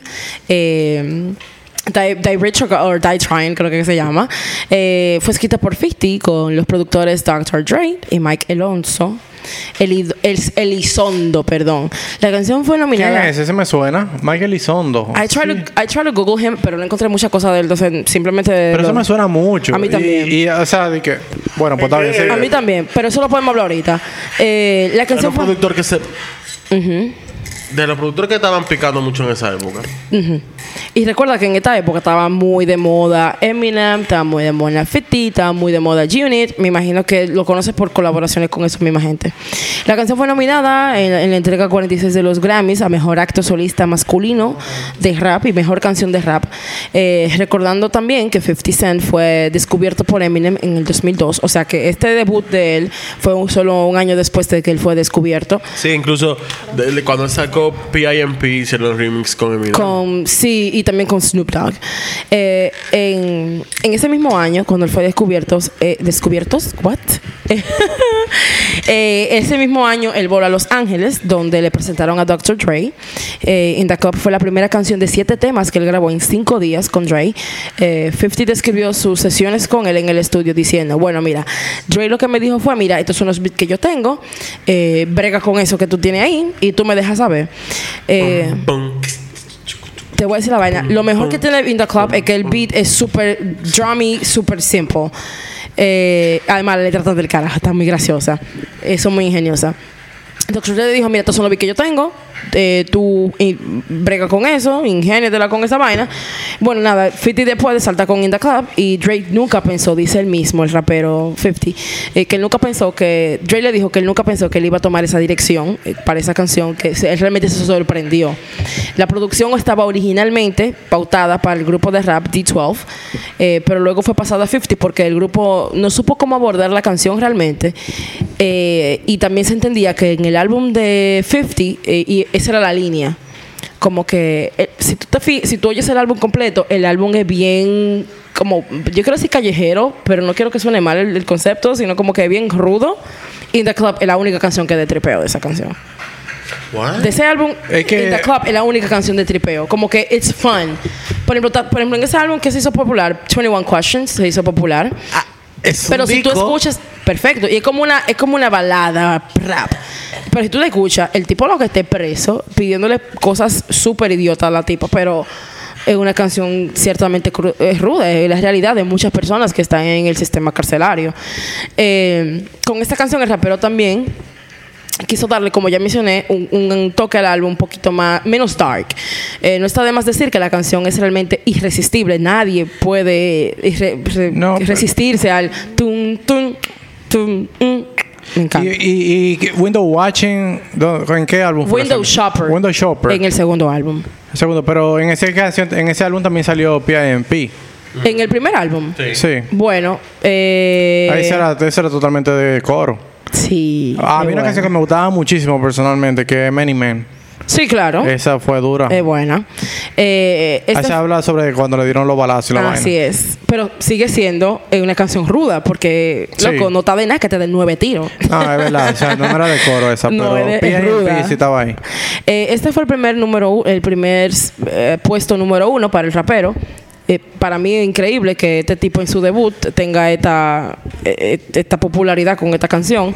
Speaker 2: Eh, Die, Die Rich or, or Die Trying, creo que se llama. Eh, fue escrita por 50 con los productores Dr. Dre y Mike Alonso. El, el, Elizondo, perdón. La canción fue
Speaker 5: ¿Quién
Speaker 2: nominada.
Speaker 5: es? Ese me suena. Michael Elizondo.
Speaker 2: I try to I try to Google him, pero no encontré muchas cosas de él. Entonces, simplemente.
Speaker 5: Pero eso
Speaker 2: lo-
Speaker 5: me suena mucho.
Speaker 2: A mí
Speaker 5: Y-
Speaker 2: también.
Speaker 5: Y, o sea, de que. Bueno, pues está bien.
Speaker 2: A mí
Speaker 5: sí.
Speaker 2: también, pero eso lo podemos hablar ahorita. Eh, la
Speaker 4: Era
Speaker 2: canción
Speaker 4: un
Speaker 2: fue.
Speaker 4: productor que se. De los productores que estaban picando mucho en esa época.
Speaker 2: Y recuerda que en esta época estaba muy de moda Eminem, estaba muy de moda Fifty, estaba muy de moda Unit. Me imagino que lo conoces por colaboraciones con esa misma gente. La canción fue nominada en, en la entrega 46 de los Grammys a Mejor Acto Solista Masculino de Rap y Mejor Canción de Rap. Eh, recordando también que 50 Cent fue descubierto por Eminem en el 2002. O sea que este debut de él fue un- solo un año después de que él fue descubierto.
Speaker 4: Sí, incluso de- de- cuando él sacó PIMP, hicieron el remix con Eminem.
Speaker 2: Con, sí, y también con Snoop Dogg. Eh, en, en ese mismo año, cuando él fue descubierto, eh, ¿descubiertos? ¿What? Eh, ese mismo año, él voló a Los Ángeles, donde le presentaron a Dr. Dre. Eh, In the Cup fue la primera canción de siete temas que él grabó en cinco días con Dre. Eh, 50 describió sus sesiones con él en el estudio diciendo, bueno, mira, Dre lo que me dijo fue, mira, estos son los beats que yo tengo, eh, brega con eso que tú tienes ahí y tú me dejas saber. Eh,
Speaker 4: Pum.
Speaker 2: te voy a decir la vaina. Lo mejor que tiene In The Club es que el beat es súper drummy, súper simple. Eh, además, la letra está del carajo, está muy graciosa. Eh, son muy ingeniosas. Doctor Dre le dijo, mira, estos son los beats que yo tengo. Eh, tú y- brega con eso, ingéniatela con esa vaina. Bueno, nada, 50 después de saltar con In The Club y Drake nunca pensó, dice él mismo, el rapero 50, eh, que él nunca pensó que, Drake le dijo que él nunca pensó que él iba a tomar esa dirección eh, para esa canción, que se- él realmente se sorprendió. La producción estaba originalmente pautada para el grupo de rap D12, eh, pero luego fue pasada a 50 porque el grupo no supo cómo abordar la canción realmente. Eh, y también se entendía que en el álbum de 50, eh, y esa era la línea. Como que eh, si, tú te fi- si tú oyes el álbum completo, el álbum es bien como, yo quiero decir callejero, pero no quiero que suene mal el, el concepto, sino como que bien rudo. In the Club es la única canción que es de tripeo de esa canción.
Speaker 4: What?
Speaker 2: De ese álbum,
Speaker 5: Es que-
Speaker 2: In the Club es la única canción de tripeo. Como que it's fun. Por ejemplo, ta- por ejemplo en ese álbum que se hizo popular, 21 Questions se hizo popular.
Speaker 4: Es un
Speaker 2: Pero si tú
Speaker 4: disco.
Speaker 2: escuchas, perfecto. Y es como una, es como una balada rap. Pero si tú le escuchas, el tipo lo que esté preso, pidiéndole cosas súper idiotas a la tipa, pero es una canción ciertamente cru- es ruda, es la realidad de muchas personas que están en el sistema carcelario. Eh, con esta canción, el rapero también quiso darle, como ya mencioné, un, un toque al álbum un poquito más, menos dark. Eh, no está de más decir que la canción es realmente irresistible. Nadie puede irre- re-
Speaker 5: No, pero-
Speaker 2: resistirse al tum, tum, tum, mm. Me
Speaker 5: Y,
Speaker 2: encanta.
Speaker 5: y, y Window Watching, ¿dó- ¿en qué álbum? fue
Speaker 2: Window
Speaker 5: ese?
Speaker 2: Shopper.
Speaker 5: Window Shopper.
Speaker 2: En el segundo álbum.
Speaker 5: Segundo, pero en ese, canción, en ese álbum también salió PIMP.
Speaker 2: En el primer álbum.
Speaker 4: Sí.
Speaker 5: Sí.
Speaker 2: Bueno, eh,
Speaker 5: Ahí será, ese era totalmente de coro.
Speaker 2: Sí.
Speaker 5: Ah, a
Speaker 2: es
Speaker 5: mí
Speaker 2: bueno.
Speaker 5: una canción que me gustaba muchísimo personalmente, que es Many Men.
Speaker 2: Sí, claro. Es
Speaker 5: Esa fue dura.
Speaker 2: buena. Eh, esta-
Speaker 5: Ahí se habla sobre cuando le dieron los balazos y la vaina.
Speaker 2: Así es. Pero sigue siendo eh, una canción ruda porque,
Speaker 5: Sí.
Speaker 2: loco, no está de nada que te den nueve tiros.
Speaker 5: No, es verdad. O sea, no era de coro esa,
Speaker 2: No,
Speaker 5: pero
Speaker 2: es de- es ruda.
Speaker 5: PIMP sí estaba ahí.
Speaker 2: Eh, este fue el primer número, u- el primer eh, puesto número uno para el rapero. Eh, para mí es increíble que este tipo en su debut tenga esta, eh, eh, esta popularidad con esta canción.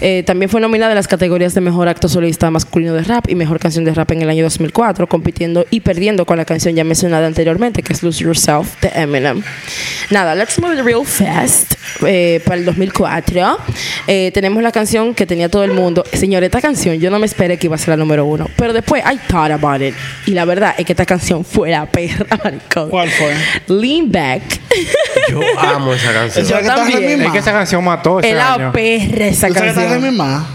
Speaker 2: Eh, también fue nominada en las categorías de Mejor Acto Solista Masculino de Rap y Mejor Canción de Rap en el año 2004, compitiendo y perdiendo con la canción ya mencionada anteriormente, que es Lose Yourself de Eminem. Nada, Let's Move It Real Fast eh, para el 2004. Eh, tenemos la canción que tenía todo el mundo. Señor, esta canción yo no me esperé que iba a ser la número uno. Pero después I thought about it. Y la verdad es que esta canción fue la perra, maricón.
Speaker 3: ¿Cuál fue?
Speaker 2: Lean Back.
Speaker 4: Yo amo esa canción.
Speaker 2: Yo
Speaker 3: que estás en
Speaker 2: también.
Speaker 3: mi
Speaker 5: Es que esa canción mató ese
Speaker 2: Es la
Speaker 5: año.
Speaker 2: perra esa
Speaker 3: ¿Tú sabes que estás de mi
Speaker 2: canción.
Speaker 3: mamá?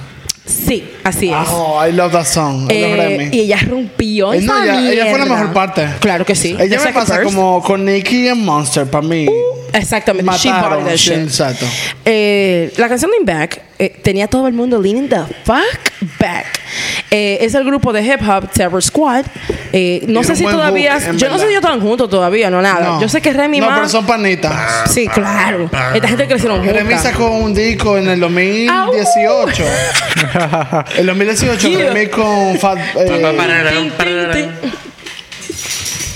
Speaker 2: Sí, así es.
Speaker 3: Oh, I love that song. I love
Speaker 2: Eh,
Speaker 3: Remy.
Speaker 2: y ella rompió
Speaker 3: Eh, no,
Speaker 2: esa
Speaker 3: ella- ella fue la
Speaker 2: mierda.
Speaker 3: mejor parte.
Speaker 2: Claro que Uh, sí.
Speaker 3: Ella me
Speaker 2: Second
Speaker 3: pasa
Speaker 2: verse.
Speaker 3: como con Nicky en Monster, para mí.
Speaker 2: Exactamente. She
Speaker 3: Mataron,
Speaker 2: bought that
Speaker 3: sí,
Speaker 2: shit.
Speaker 3: exacto.
Speaker 2: Eh, la canción Lean Back eh, tenía todo el mundo leaning the fuck back. Eh, es el grupo de hip hop Terror Squad. Eh, no
Speaker 3: Tiene
Speaker 2: sé
Speaker 3: un
Speaker 2: si
Speaker 3: buen
Speaker 2: todavía.
Speaker 3: hook, en
Speaker 2: yo no sé
Speaker 3: verdad.
Speaker 2: si ellos están juntos todavía, no nada.
Speaker 3: No.
Speaker 2: Yo sé que Remy
Speaker 3: No,
Speaker 2: más-
Speaker 3: pero son panitas.
Speaker 2: Sí, claro. Esta gente crecieron
Speaker 3: Jeremy
Speaker 2: juntas.
Speaker 3: sacó un disco en el 2018. el 2018
Speaker 2: Yeah.
Speaker 3: Jeremy con Fat. eh,
Speaker 2: Tin, tin,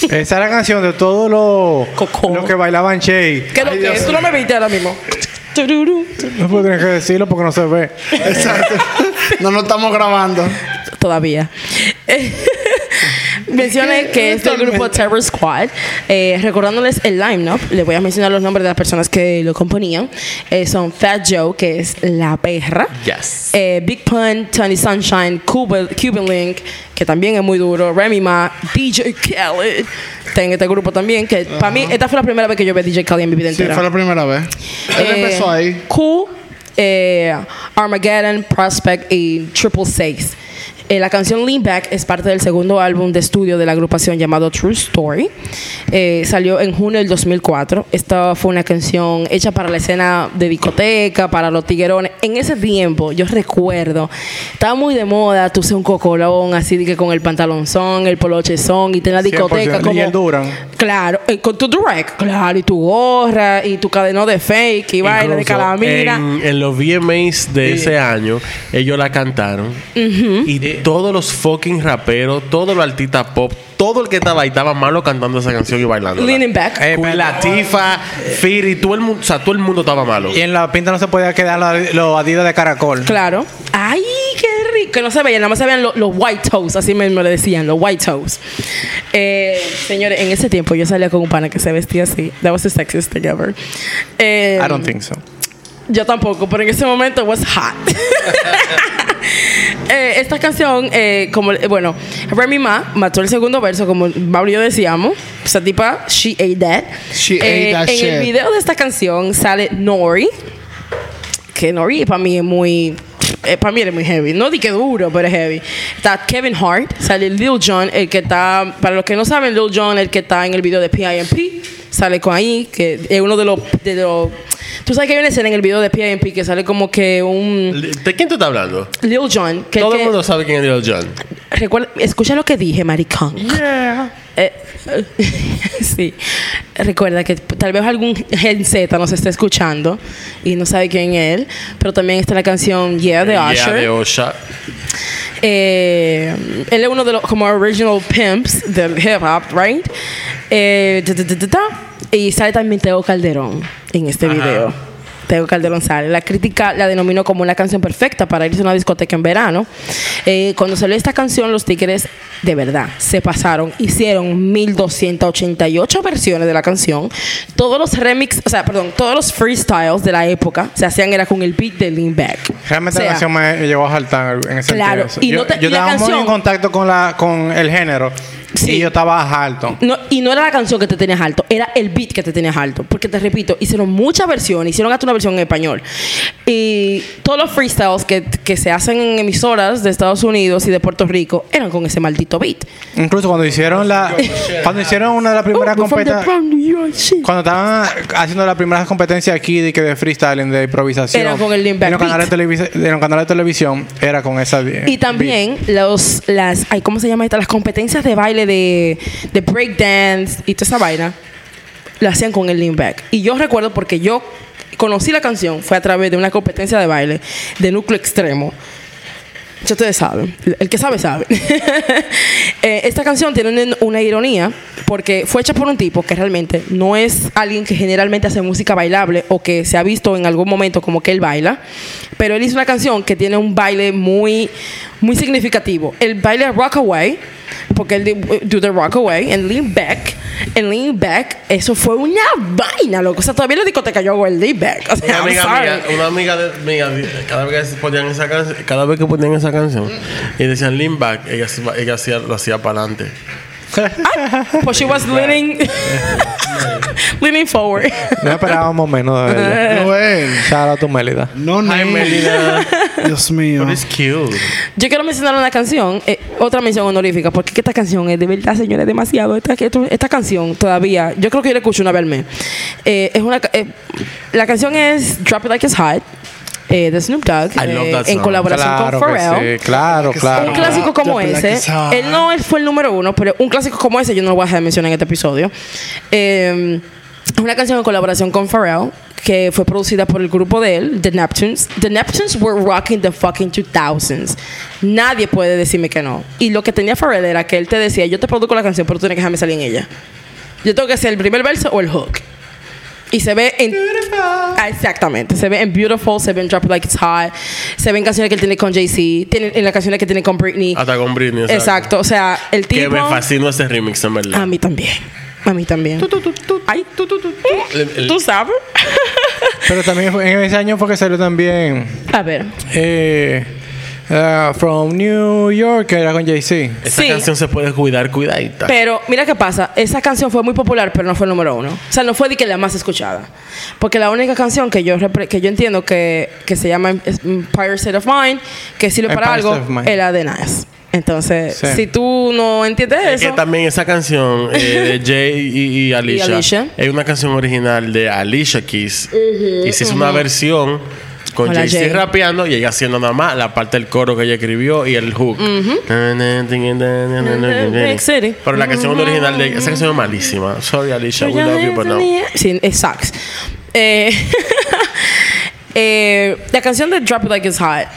Speaker 2: tin.
Speaker 5: Esa era la canción de todos los
Speaker 2: Cocó.
Speaker 5: los que bailaban Shay.
Speaker 2: ¿Qué lo que? es? Tú no me viste ahora mismo. Tururú.
Speaker 5: No puedo tener que decirlo porque no se ve.
Speaker 3: exacto. No lo estamos grabando.
Speaker 2: todavía. Eh, Mencioné que es del grupo Terror Squad. Eh, recordándoles el line-up, les voy a mencionar los nombres de las personas que lo componían. Eh, son Fat Joe, que es la perra.
Speaker 4: Yes.
Speaker 2: Eh, Big Pun, Tony Sunshine, Cuba- Cuban Link, que también es muy duro. Remy Ma, DJ Khaled. Está en este grupo también, que para mí esta fue la primera vez que yo vi a DJ Khaled en mi vida
Speaker 3: Sí,
Speaker 2: entera.
Speaker 3: fue la primera vez. Él
Speaker 2: Eh,
Speaker 3: empezó ahí.
Speaker 2: Cool, eh, Armageddon, Prospect y Triple Six. Eh, la canción Lean Back es parte del segundo álbum de estudio de la agrupación llamado True Story. Eh, salió en junio del 2004. Esta fue una canción hecha para la escena de discoteca, para los tiguerones. En ese tiempo, yo recuerdo, estaba muy de moda, tú sé un cocolón, así de que con el pantalonzón, el polochezón y en la discoteca.
Speaker 5: 100%.
Speaker 2: Como,
Speaker 5: Y el Duran.
Speaker 2: Claro, eh, con tu direct, claro, y tu gorra, y tu cadeno de fake, y baile de
Speaker 4: Incluso
Speaker 2: calamina.
Speaker 4: En, en los VMAs de ese año, ellos la cantaron. Y todos los fucking raperos, todos los artistas pop, todo el que estaba ahí estaba malo cantando esa canción y bailando.
Speaker 2: Leaning back.
Speaker 4: Latifa, Firi, todo el mundo, o sea, todo el mundo estaba malo.
Speaker 5: Y en la pinta no se podía quedar la- los adidas de caracol.
Speaker 2: Claro. Ay, qué rico. Que no se veían, nada más se veían lo- los white toes, así me, me lo decían, los white toes. Eh, señores, en ese tiempo yo salía con un pana que se vestía así. That was the sexiest thing ever. Eh,
Speaker 5: I don't think so.
Speaker 2: Yo tampoco, pero en ese momento was hot. Eh, esta canción, eh, como eh, bueno, Remy Ma mató el segundo verso, como Mauricio decíamos. Esa tipa, she ate that. Eh,
Speaker 3: She ate
Speaker 2: en
Speaker 3: that
Speaker 2: el
Speaker 3: shit.
Speaker 2: video de esta canción sale Nori, que Nori para mí es muy. para mí es muy heavy. No di que duro, pero es heavy. Está Kevin Hart, sale Lil Jon, el que está. Para los que no saben, Lil Jon, el que está en el video de PIMP, sale con ahí, que es uno de los. De los Tú sabes que hay una escena en el video de PIMP que sale como que un.
Speaker 4: ¿De quién tú estás hablando?
Speaker 2: Lil Jon, que.
Speaker 4: todo
Speaker 2: que-
Speaker 4: el mundo sabe quién es Lil Jon.
Speaker 2: Recuerda, escucha lo que dije, maricón. Eh, eh, sí. Recuerda que tal vez algún gen Z nos está escuchando y no sabe quién es él, pero también está la canción Yeah de
Speaker 4: Yeah,
Speaker 2: Usher.
Speaker 4: de Usher.
Speaker 2: Eh, él es uno de los como original pimps del hip hop, right? Eh, ta, ta, ta, ta, ta. y sale también Teo Calderón en este video. Teo Calderón Sales. La crítica la denominó como una canción perfecta para irse a una discoteca en verano. Eh, cuando salió esta canción, los Tigres de verdad se pasaron, hicieron 1288 versiones de la canción. Todos los remix, o sea, perdón, todos los freestyles de la época se hacían era con el beat de Lean Back.
Speaker 5: Realmente
Speaker 2: O sea,
Speaker 5: la canción me llevó a saltar en ese
Speaker 2: Claro,
Speaker 5: sentido.
Speaker 2: y
Speaker 5: yo,
Speaker 2: no te-
Speaker 5: yo
Speaker 2: y la
Speaker 5: estaba muy
Speaker 2: canción-
Speaker 5: en contacto con la con el género
Speaker 2: Sí.
Speaker 5: y yo estaba harto.
Speaker 2: No, y no era la canción que te tenías alto, era el beat que te tenías alto. Porque te repito, hicieron muchas versiones, hicieron hasta una versión en español. Y todos los freestyles que, que se hacen en emisoras de Estados Unidos y de Puerto Rico eran con ese maldito beat.
Speaker 5: Incluso cuando hicieron la cuando hicieron una de las primeras
Speaker 2: Oh, we're from the
Speaker 5: competencias
Speaker 2: Bronx, New York, shit.
Speaker 5: cuando estaban haciendo las primeras competencias aquí de que de freestyling, de improvisación.
Speaker 2: Era con el Lean Back
Speaker 5: en los, canales de
Speaker 2: Beat.
Speaker 5: televisi- en los canales de televisión era con esa
Speaker 2: Y también los, las, ay, ¿cómo se llama esta? Las competencias de baile de, de breakdance y toda esa vaina, la hacían con el lean back. Y yo recuerdo porque yo conocí la canción, fue a través de una competencia de baile de núcleo extremo. Ya ustedes saben, el que sabe, sabe. Eh, esta canción tiene una- una ironía porque fue hecha por un tipo que realmente no es alguien que generalmente hace música bailable o que se ha visto en algún momento como que él baila, pero él hizo una canción que tiene un baile muy, muy significativo. El baile Rockaway, porque él di- do the Rockaway, en Lean Back, en Lean Back, eso fue una vaina, loco. O sea, todavía en la discoteca yo hago el Lean Back. O
Speaker 4: Una
Speaker 2: sea, I'm
Speaker 4: amiga
Speaker 2: sorry.
Speaker 4: mía, una amiga de, mía, di- cada vez que ponían esa canción, cada vez que ponían esa canción, y decían lean back, ella, se iba- ella hacía, lo hacía para adelante.
Speaker 2: Pues she was leaning, leaning forward.
Speaker 5: No esperábamos menos de verdad.
Speaker 2: Eh.
Speaker 3: Noel.
Speaker 5: Shout out to Melida.
Speaker 3: eh, No, no.
Speaker 4: Ay, Melina,
Speaker 3: Dios mío.
Speaker 4: but it's cute.
Speaker 2: Yo quiero mencionar una canción, eh, otra mención honorífica, porque es que esta canción es de verdad, señores, demasiado. Esta, esto- esta canción todavía, yo creo que yo la escucho una vez al mes. Eh, es una, ca- eh, la canción es Drop It Like It's Hot eh, de Snoop Dogg
Speaker 4: I love
Speaker 2: eh,
Speaker 4: that
Speaker 2: en
Speaker 4: song.
Speaker 2: colaboración
Speaker 5: Claro
Speaker 2: con
Speaker 5: que
Speaker 2: Pharrell.
Speaker 5: sí, claro,
Speaker 2: Un
Speaker 5: claro.
Speaker 2: clásico como
Speaker 3: Drop It Like
Speaker 2: ese,
Speaker 3: It's Hot.
Speaker 2: él no él fue el número uno, pero un clásico como ese yo no lo voy a dejar de mencionar en este episodio. Eh, es una canción en colaboración con Pharrell que fue producida por el grupo de él, The Neptunes. The Neptunes were rocking the fucking 2000s. Nadie puede decirme que no. Y lo que tenía Pharrell era que él te decía, yo te produzco la canción, pero tú tienes que dejarme salir en ella. Yo tengo que hacer el primer verso o el hook. Y se ve en... Ah, Exactamente. Se ve en Beautiful, se ve en Drop It Like It's Hot, se ven canciones que él tiene con Jay-Z, tiene- en las canciones que tiene con Britney.
Speaker 4: Hasta con Britney. o sea,
Speaker 2: Exacto, o sea, el
Speaker 4: Que
Speaker 2: tipo.
Speaker 4: me fascinó ese remix, en verdad.
Speaker 2: A mí también. A mí también. Ay, tú, tú, tú, tú.
Speaker 4: El- el-
Speaker 2: ¿Tú sabes?
Speaker 5: Pero también fue- en ese año fue que salió también
Speaker 2: A ver.
Speaker 5: eh, ah, From New York, que era con Jay-Z.
Speaker 4: Esa
Speaker 2: Sí.
Speaker 4: canción se puede cuidar, cuidadita.
Speaker 2: Pero mira qué pasa. Esa canción fue muy popular, pero no fue el número uno. O sea, no fue de que la más escuchada. Porque la única canción que yo, repre- que yo entiendo que, que se llama es Empire State of Mind, que sirve para
Speaker 5: Empire
Speaker 2: algo,
Speaker 5: State of Mind.
Speaker 2: es la de Nas. Entonces,
Speaker 5: Sí.
Speaker 2: si tú no entiendes
Speaker 4: Es que
Speaker 2: eso.
Speaker 4: también esa canción eh, de Jay y, y Alicia,
Speaker 2: Alicia.
Speaker 4: es una canción original de Alicia Keys y se hizo una versión con
Speaker 2: Hola, Jay.
Speaker 4: Jay-Z rapeando y ella haciendo nada más la parte del coro que ella escribió y el hook.
Speaker 2: Big City.
Speaker 4: Pero la canción original de esa canción es malísima. Sorry Alicia, we love you but no.
Speaker 2: Sí, it sucks. Eh, eh, la canción de Drop It Like It's Hot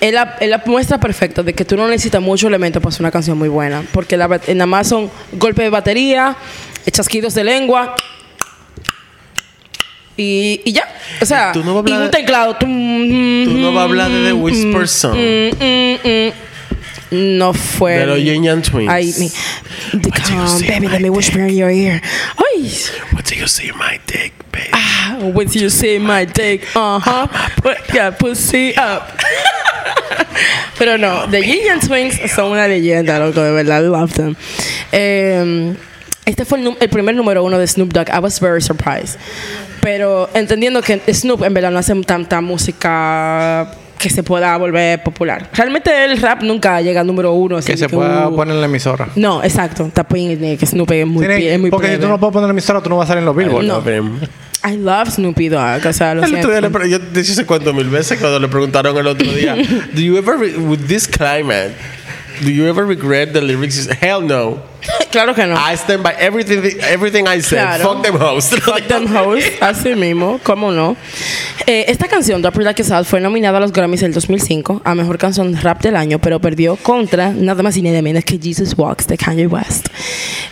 Speaker 2: es la, es la muestra perfecta de que tú no necesitas mucho elemento para hacer una canción muy buena. Porque la, bat- nada más son golpes de batería, chasquidos de lengua. Y, y ya. O sea,
Speaker 4: Y tú no vas a
Speaker 2: y
Speaker 4: hablar
Speaker 2: un
Speaker 4: de-
Speaker 2: teclado. Tú mm, no
Speaker 4: no vas a hablar de The
Speaker 2: mm,
Speaker 4: Whisper Song.
Speaker 2: No fue.
Speaker 4: De los Yin Yang Twins.
Speaker 2: Ay, mi. Come, baby, let me whisper in your ear. Ay.
Speaker 4: What do you see my dick, baby?
Speaker 2: Ah, When you see my dick, uh huh, put your pussy up. Pero no, The Yin Yang Twins son una leyenda, loco, de verdad, I love them. Eh, este fue el, nu- el primer número uno de Snoop Dogg. I was very surprised. Pero entendiendo que Snoop en verdad no hace tanta música que se pueda volver popular. Realmente el rap nunca llega al número uno. así
Speaker 5: Que se
Speaker 2: que,
Speaker 5: pueda
Speaker 2: uh,
Speaker 5: poner en la emisora.
Speaker 2: No, exacto. Tapín, eh, que Snoop es muy,
Speaker 5: Tiene-
Speaker 2: pie- es muy
Speaker 5: porque si tú
Speaker 2: plebe.
Speaker 5: no puedes poner en la emisora, tú no vas a salir en los billboards.
Speaker 2: No. I love Snoopy Dogg. O sea, lo
Speaker 4: El otro
Speaker 2: siento.
Speaker 4: día le pre- yo te hice cuánto mil veces cuando le preguntaron el otro día, Do you ever, re- with this climate, do you ever regret the lyrics? Hell no.
Speaker 2: claro que no.
Speaker 4: I stand by everything, everything I said. Fuck
Speaker 2: Oh. Claro.
Speaker 4: them hoes.
Speaker 2: Fuck them hoes, así mismo, cómo no. Eh, esta canción, Rap Like a Sad, fue nominada a los Grammys del 2005 a Mejor Canción Rap del Año, pero perdió contra nada más y nada menos que Jesus Walks de Kanye West.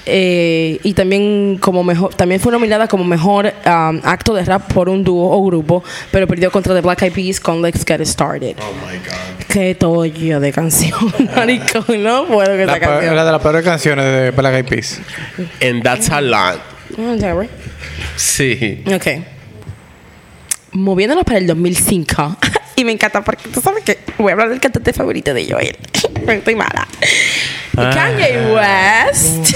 Speaker 2: Eh, y también, como mejor, también fue nominada como Mejor um, Acto de Rap por un dúo o grupo, pero perdió contra The Black Eyed Peas con Let's Get It Started.
Speaker 4: Oh my God.
Speaker 2: Qué tollo de canción, maricón. No puedo que
Speaker 5: La,
Speaker 2: esta
Speaker 5: peor-
Speaker 2: canción...
Speaker 5: la de las peores canciones de Black Eyed Peas.
Speaker 4: And that's a lot.
Speaker 2: Mm, Jerry.
Speaker 4: Sí.
Speaker 2: Ok. Moviéndonos para el 2005. y me encanta porque tú sabes que voy a hablar del cantante favorito de Joel. Porque estoy mala.
Speaker 4: Ah.
Speaker 2: Kanye West.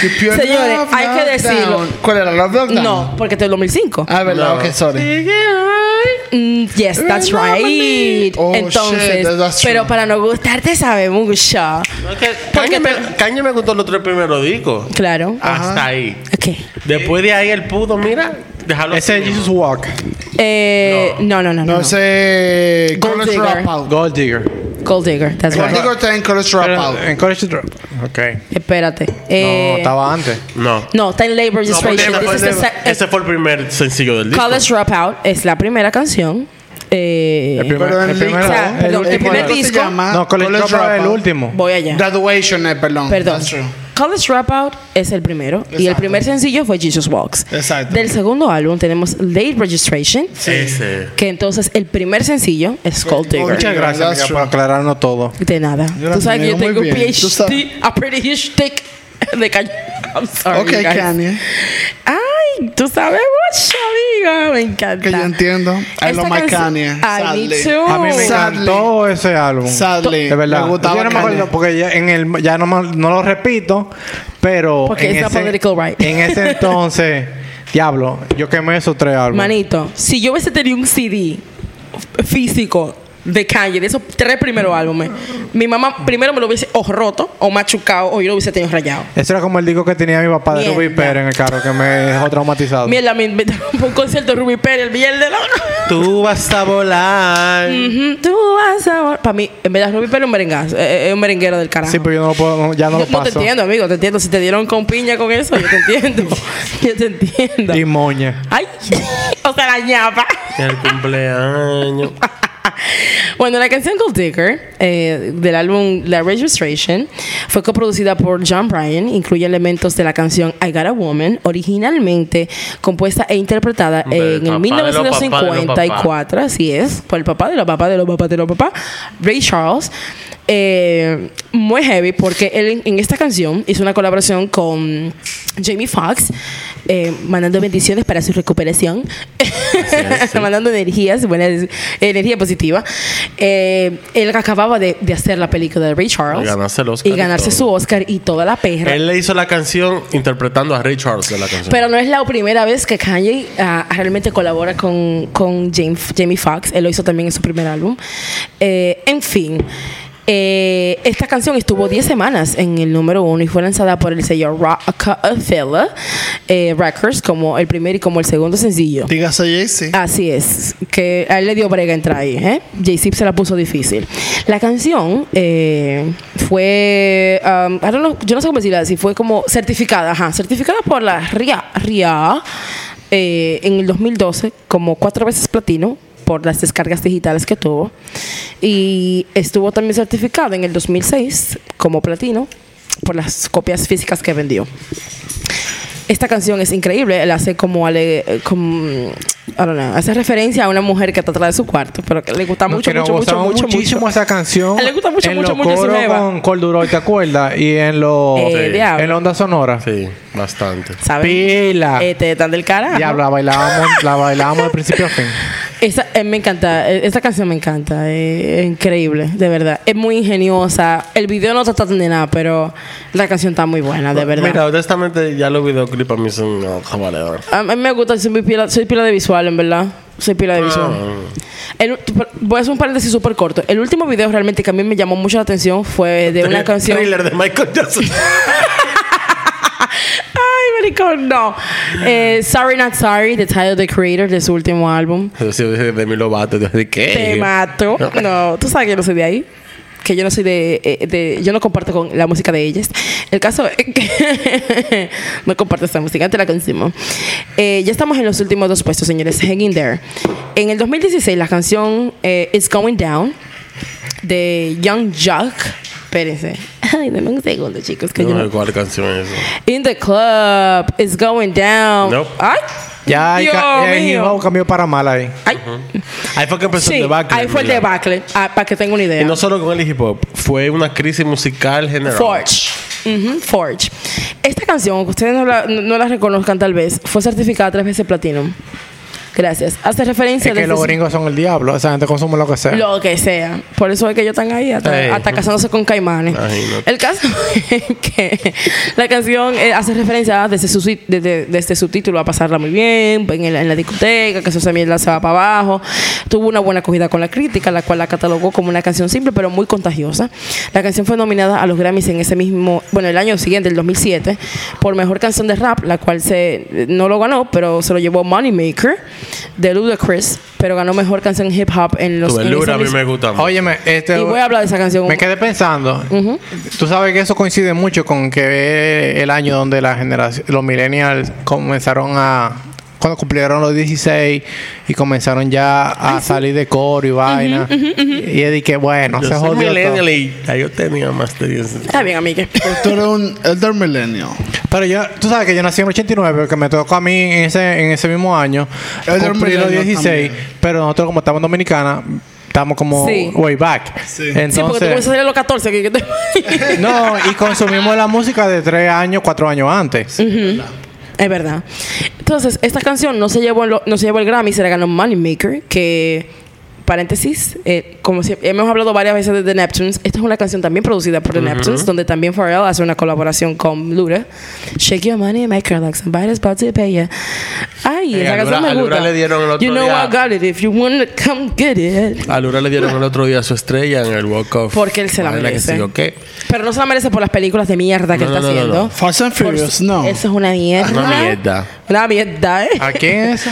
Speaker 3: Keep your
Speaker 2: Señores,
Speaker 3: love
Speaker 2: hay que
Speaker 3: lockdown.
Speaker 2: decirlo.
Speaker 3: ¿Cuál era? ¿Love Lockdown?
Speaker 2: no, porque este es del 2005.
Speaker 3: Ah, verdad,
Speaker 4: No.
Speaker 3: ok, sorry.
Speaker 2: Mm, yes, that's right.
Speaker 3: Oh, shit,
Speaker 2: Entonces,
Speaker 3: that's true.
Speaker 2: pero para no gustarte sabe mucho.
Speaker 4: Kanye me, Kanye me gustó los tres primeros discos.
Speaker 2: Claro.
Speaker 3: Ah.
Speaker 4: Hasta ahí.
Speaker 2: Ok.
Speaker 4: Después de ahí el pudo, mira, dejarlo
Speaker 5: Ese es
Speaker 4: así.
Speaker 5: Jesus Walk.
Speaker 2: Eh, no, no, no, no.
Speaker 3: No,
Speaker 2: no.
Speaker 3: ese.
Speaker 2: Gold
Speaker 3: College
Speaker 2: Digger.
Speaker 3: Dropout.
Speaker 5: Gold Digger.
Speaker 2: Gold Digger, that's
Speaker 3: Gold
Speaker 2: right.
Speaker 3: Digger está en College Dropout.
Speaker 5: Pero, en College Drop. Ok.
Speaker 2: Espérate.
Speaker 5: no,
Speaker 2: Eh,
Speaker 5: estaba antes.
Speaker 4: No.
Speaker 2: No, está en Labor
Speaker 4: No, porque
Speaker 2: Registration.
Speaker 4: ese fue
Speaker 2: This is
Speaker 4: el-
Speaker 2: the sec-
Speaker 4: ese fue el primer sencillo del disco.
Speaker 2: College Dropout es la primera canción. Eh,
Speaker 5: El primer,
Speaker 3: Pero en
Speaker 5: el
Speaker 3: el
Speaker 5: primero,
Speaker 3: disco-
Speaker 2: O sea,
Speaker 5: el
Speaker 2: perdón, el
Speaker 5: último
Speaker 2: primer
Speaker 5: era-
Speaker 2: disco-
Speaker 5: No, Ah, College Dropout es el último.
Speaker 2: voy allá.
Speaker 3: Graduation, eh, perdón.
Speaker 2: Perdón.
Speaker 3: That's true.
Speaker 2: College Dropout es el primero. Y el
Speaker 3: Exacto.
Speaker 2: primer sencillo fue Jesus Walks.
Speaker 3: Exacto.
Speaker 2: Del segundo álbum tenemos Late Registration.
Speaker 4: Ese.
Speaker 2: Que entonces el primer sencillo es Gold Digger.
Speaker 5: Muchas gracias,
Speaker 3: That's
Speaker 5: amiga,
Speaker 3: true.
Speaker 5: por aclararnos todo.
Speaker 2: De nada. Tú sabes que yo
Speaker 3: amigo,
Speaker 2: tengo
Speaker 3: muy
Speaker 2: un
Speaker 3: bien. Tú sabes.
Speaker 2: PhD, a pretty huge dick de Kanye. I'm sorry.
Speaker 3: Ok,
Speaker 2: you guys.
Speaker 3: Kanye.
Speaker 2: Ay, tú sabes mucho, amigo. Me encanta.
Speaker 3: Que yo entiendo. I
Speaker 2: Esta
Speaker 3: love my
Speaker 2: canción-
Speaker 3: Kanye.
Speaker 2: Ay, me
Speaker 3: Sadly.
Speaker 2: too.
Speaker 5: A mí me
Speaker 3: Sadly.
Speaker 5: encantó ese álbum.
Speaker 3: Sadly.
Speaker 5: De verdad.
Speaker 3: Me gustaba
Speaker 5: Yo no me
Speaker 3: Kanye.
Speaker 5: acuerdo porque ya, en el, ya no, me- no lo repito, pero.
Speaker 2: Porque
Speaker 5: en
Speaker 2: it's a political right.
Speaker 5: En ese entonces, diablo, yo quemé esos tres álbumes.
Speaker 2: Manito, si yo hubiese tenido un CD f- físico de Kanye, de esos tres primeros álbumes, mi mamá primero me lo hubiese o roto, o machucado, o yo lo hubiese tenido rayado.
Speaker 5: Ese era como el disco que tenía mi papá de
Speaker 2: Mierda.
Speaker 5: Ruby Pérez en el carro que me dejó traumatizado.
Speaker 2: Mierda, me invitaron un concierto de Ruby Pérez el viernes de la
Speaker 4: Tú vas a volar.
Speaker 2: Tú vas a... Para mí, en verdad, Ruby Pérez es un merengazo, eh, eh, un merenguero del carajo.
Speaker 5: Sí, pero yo no lo puedo, no- ya no,
Speaker 2: no,
Speaker 5: lo paso.
Speaker 2: te entiendo, amigo, te entiendo. Si te dieron con piña con eso, yo te entiendo. yo te entiendo.
Speaker 5: Y moña.
Speaker 2: Ay, o sea, la ñapa.
Speaker 4: El cumpleaños.
Speaker 2: Bueno, la canción Gold Digger eh, del álbum La Registration fue coproducida por John Bryan. Incluye elementos de la canción I Got a Woman, originalmente compuesta e interpretada
Speaker 4: Hombre,
Speaker 2: en el
Speaker 4: papá de los papás de los
Speaker 2: 1954, así es, por el papá de los papás de los papás de los papás, Ray Charles. Eh, muy heavy porque él en- en esta canción hizo una colaboración con Jamie Foxx, eh, mandando bendiciones para su recuperación.
Speaker 4: es, sí.
Speaker 2: mandando energías, buena energía positiva. Eh, él acababa de, de hacer la película de Ray Charles.
Speaker 4: Y ganarse el Oscar
Speaker 2: Y ganarse
Speaker 4: y todo.
Speaker 2: su Oscar y toda la perra.
Speaker 4: Él le hizo la canción interpretando a Ray Charles de la canción.
Speaker 2: Pero no es la primera vez que Kanye ah, realmente colabora con, con James, Jamie Foxx. Él lo hizo también en su primer álbum. Eh, en fin. eh, esta canción estuvo 10 semanas en el número uno y fue lanzada por el sello Rockefeller eh, Records como el primer y como el segundo sencillo.
Speaker 3: Dígase Jay-Z.
Speaker 2: Así es, que a él le dio brega entrar ahí, ¿eh? Jay-Z se la puso difícil. La canción eh, fue, um, I don't know, yo no sé cómo decirla, si fue como certificada, ajá, certificada por la RIA, RIA eh, en el 2012 como cuatro veces platino por las descargas digitales que tuvo y estuvo también certificada en el 2006 como platino por las copias físicas que vendió. Esta canción es increíble. Él hace como, ale- eh, como I don't know, hace referencia a una mujer que está atrás de su cuarto, pero que le gusta
Speaker 5: No,
Speaker 2: mucho,
Speaker 5: que nos
Speaker 2: mucho, mucho,
Speaker 5: gustaba
Speaker 2: mucho,
Speaker 5: muchísimo
Speaker 2: mucho.
Speaker 5: esa canción.
Speaker 2: A él le gusta mucho,
Speaker 5: en
Speaker 2: mucho,
Speaker 5: los
Speaker 2: mucho su
Speaker 5: coros
Speaker 2: jeva.
Speaker 5: con Corduroy, ¿te acuerdas? Y en los
Speaker 2: Eh,
Speaker 4: Sí.
Speaker 2: diablo,
Speaker 5: en la onda sonora.
Speaker 4: Sí, bastante.
Speaker 2: ¿sabes?
Speaker 5: Pila.
Speaker 2: Eh, te dan del carajo.
Speaker 5: Diablo, la bailábamos, la bailábamos de principio a fin.
Speaker 2: Esa, eh, me encanta, eh, esta canción me encanta, eh, es increíble, de verdad. Es muy ingeniosa. El video no trata de nada, pero la canción está muy buena, de verdad.
Speaker 4: Mira, honestamente, ya los videoclips a mí son no, jabaleo.
Speaker 2: A mí me gusta, soy muy pila, soy pila de visual, en verdad. Soy pila de visual. El ul- voy a hacer un paréntesis súper corto. El último video realmente que a mí me llamó mucho la atención fue de una
Speaker 4: El
Speaker 2: canción.
Speaker 4: Thriller de Michael Jackson.
Speaker 2: Ay, maricón, no. Eh, sorry Not Sorry, de Tyler, The Creator, de su último álbum.
Speaker 4: Yo sí, de mi Lovato. yo dije, ¿Qué?
Speaker 2: Te mato. No, tú sabes que yo no soy de ahí. que yo no soy de, eh, de- Yo no comparto con la música de ellas. El caso es que no comparto esa música, antes la consumo. Eh, ya estamos en los últimos dos puestos, señores. Hang in there. En el 2016, la canción eh, It's Going Down de Young Jock. Espérense. Ay, denme un segundo, chicos. Que
Speaker 4: Yo
Speaker 2: yo
Speaker 4: no
Speaker 2: no-
Speaker 4: sé cuál canción es esa.
Speaker 2: In the club, it's going down.
Speaker 4: Nope.
Speaker 2: Ay,
Speaker 5: Ya hay
Speaker 2: Dios
Speaker 5: ca- ya hay hip
Speaker 2: mío.
Speaker 5: hop cambió para mal ahí.
Speaker 2: Ay,
Speaker 4: Ahí fue que empezó
Speaker 2: sí,
Speaker 4: Pues el debacle.
Speaker 2: ahí fue el
Speaker 4: ¿verdad?
Speaker 2: debacle. Ah, para que tengan una idea.
Speaker 4: Y no solo con el hip hop, fue una crisis musical general.
Speaker 2: Forge. Ujú, Forge. Esta canción, aunque ustedes no la, no- no la reconozcan tal vez, fue certificada tres veces platino. Gracias. Hace referencia
Speaker 5: Es que
Speaker 2: desde
Speaker 5: los
Speaker 2: su-
Speaker 5: gringos son el diablo. Esa gente consume lo que sea.
Speaker 2: lo que sea. Por eso es que ellos están ahí hasta,
Speaker 5: Ey.
Speaker 2: hasta casándose con caimanes.
Speaker 4: Imagínate.
Speaker 2: El caso es que la canción eh, hace referencia desde su, sit- desde, desde su título a pasarla muy bien, en, el- en la discoteca, que eso se mierda se va para abajo. Tuvo una buena acogida con la crítica, la cual la catalogó como una canción simple pero muy contagiosa. La canción fue nominada a los Grammys en ese mismo, bueno, el año siguiente, el 2007, por mejor canción de rap, la cual se no lo ganó, pero se lo llevó Moneymaker de Ludacris, pero ganó mejor canción hip hop en los
Speaker 4: Tu
Speaker 2: en ese
Speaker 4: velura a mí
Speaker 2: mismo-
Speaker 4: me gusta mucho.
Speaker 5: Óyeme, este.
Speaker 2: y voy a hablar de esa canción.
Speaker 5: Me quedé pensando. Tú sabes que eso coincide mucho con que es el año donde la generación, los millennials comenzaron a cuando cumplieron los 16 y comenzaron ya a
Speaker 2: Ah,
Speaker 5: salir de coro y vaina. Y es de que bueno,
Speaker 4: Yo
Speaker 5: se
Speaker 4: soy
Speaker 5: jodió todo.
Speaker 4: millennial y ya yo tenía más de 10.
Speaker 2: Está bien, amiga.
Speaker 3: Tú eres un elder millennial.
Speaker 5: Pero yo, tú sabes que yo nací en el 89, que me tocó a mí en ese, en ese mismo año
Speaker 3: Yo era
Speaker 5: cumplir los
Speaker 3: millennial
Speaker 5: 16,
Speaker 3: también.
Speaker 5: pero nosotros como estamos en Dominicana, estamos como
Speaker 2: Sí.
Speaker 5: way back. Entonces,
Speaker 2: sí, porque tú comienzas a salir a los 14. Que, que te-
Speaker 5: No, y consumimos la música de tres años, cuatro años antes.
Speaker 2: Es verdad. Entonces, esta canción no se llevó, el- no se llevó el Grammy, se la ganó Moneymaker, que, paréntesis, eh, como si, hemos hablado varias veces de The Neptunes, esta es una canción también producida por The Neptunes, donde también Pharrell hace una colaboración con Lura. Shake your money, maker, like somebody's about to pay you. Ay,
Speaker 4: Eh,
Speaker 2: esa
Speaker 4: a
Speaker 2: canción
Speaker 4: Lura- a
Speaker 2: me
Speaker 4: Lura
Speaker 2: gusta.
Speaker 4: le dieron el otro
Speaker 2: you know
Speaker 4: día-
Speaker 2: I got it, if you wanna come get it.
Speaker 4: A Lura le dieron el otro día su estrella en el Walk of.
Speaker 2: Porque él se la
Speaker 4: Madre, que
Speaker 2: merece.
Speaker 4: sí, ¿o qué?
Speaker 2: Pero no se la merece por las películas de mierda que
Speaker 4: No,
Speaker 2: está
Speaker 4: no, no, no,
Speaker 2: haciendo.
Speaker 4: no.
Speaker 3: Fast and Furious, no.
Speaker 2: Eso es una mierda.
Speaker 4: Una mierda.
Speaker 2: Una mierda, ¿eh?
Speaker 5: ¿A quién es eso?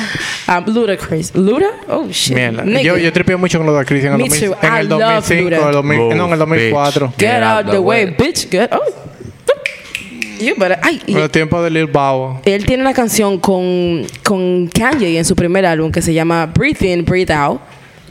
Speaker 2: Um, Ludacris. Luda? Oh, shit.
Speaker 5: Mierda.
Speaker 2: Nigga.
Speaker 5: Yo, yo tripié mucho con los de Christian en el,
Speaker 2: Me
Speaker 5: 2000
Speaker 2: too.
Speaker 5: en el
Speaker 2: I love
Speaker 5: 2005,
Speaker 2: Luda.
Speaker 5: el 2000 no, en el 2004.
Speaker 4: bitch.
Speaker 2: Get out the way, bitch. Get out. You better. Ay, y-
Speaker 5: En los tiempos de Lil Bow.
Speaker 2: él tiene una canción con, con Kanye en su primer álbum que se llama Breathe In, Breathe Out.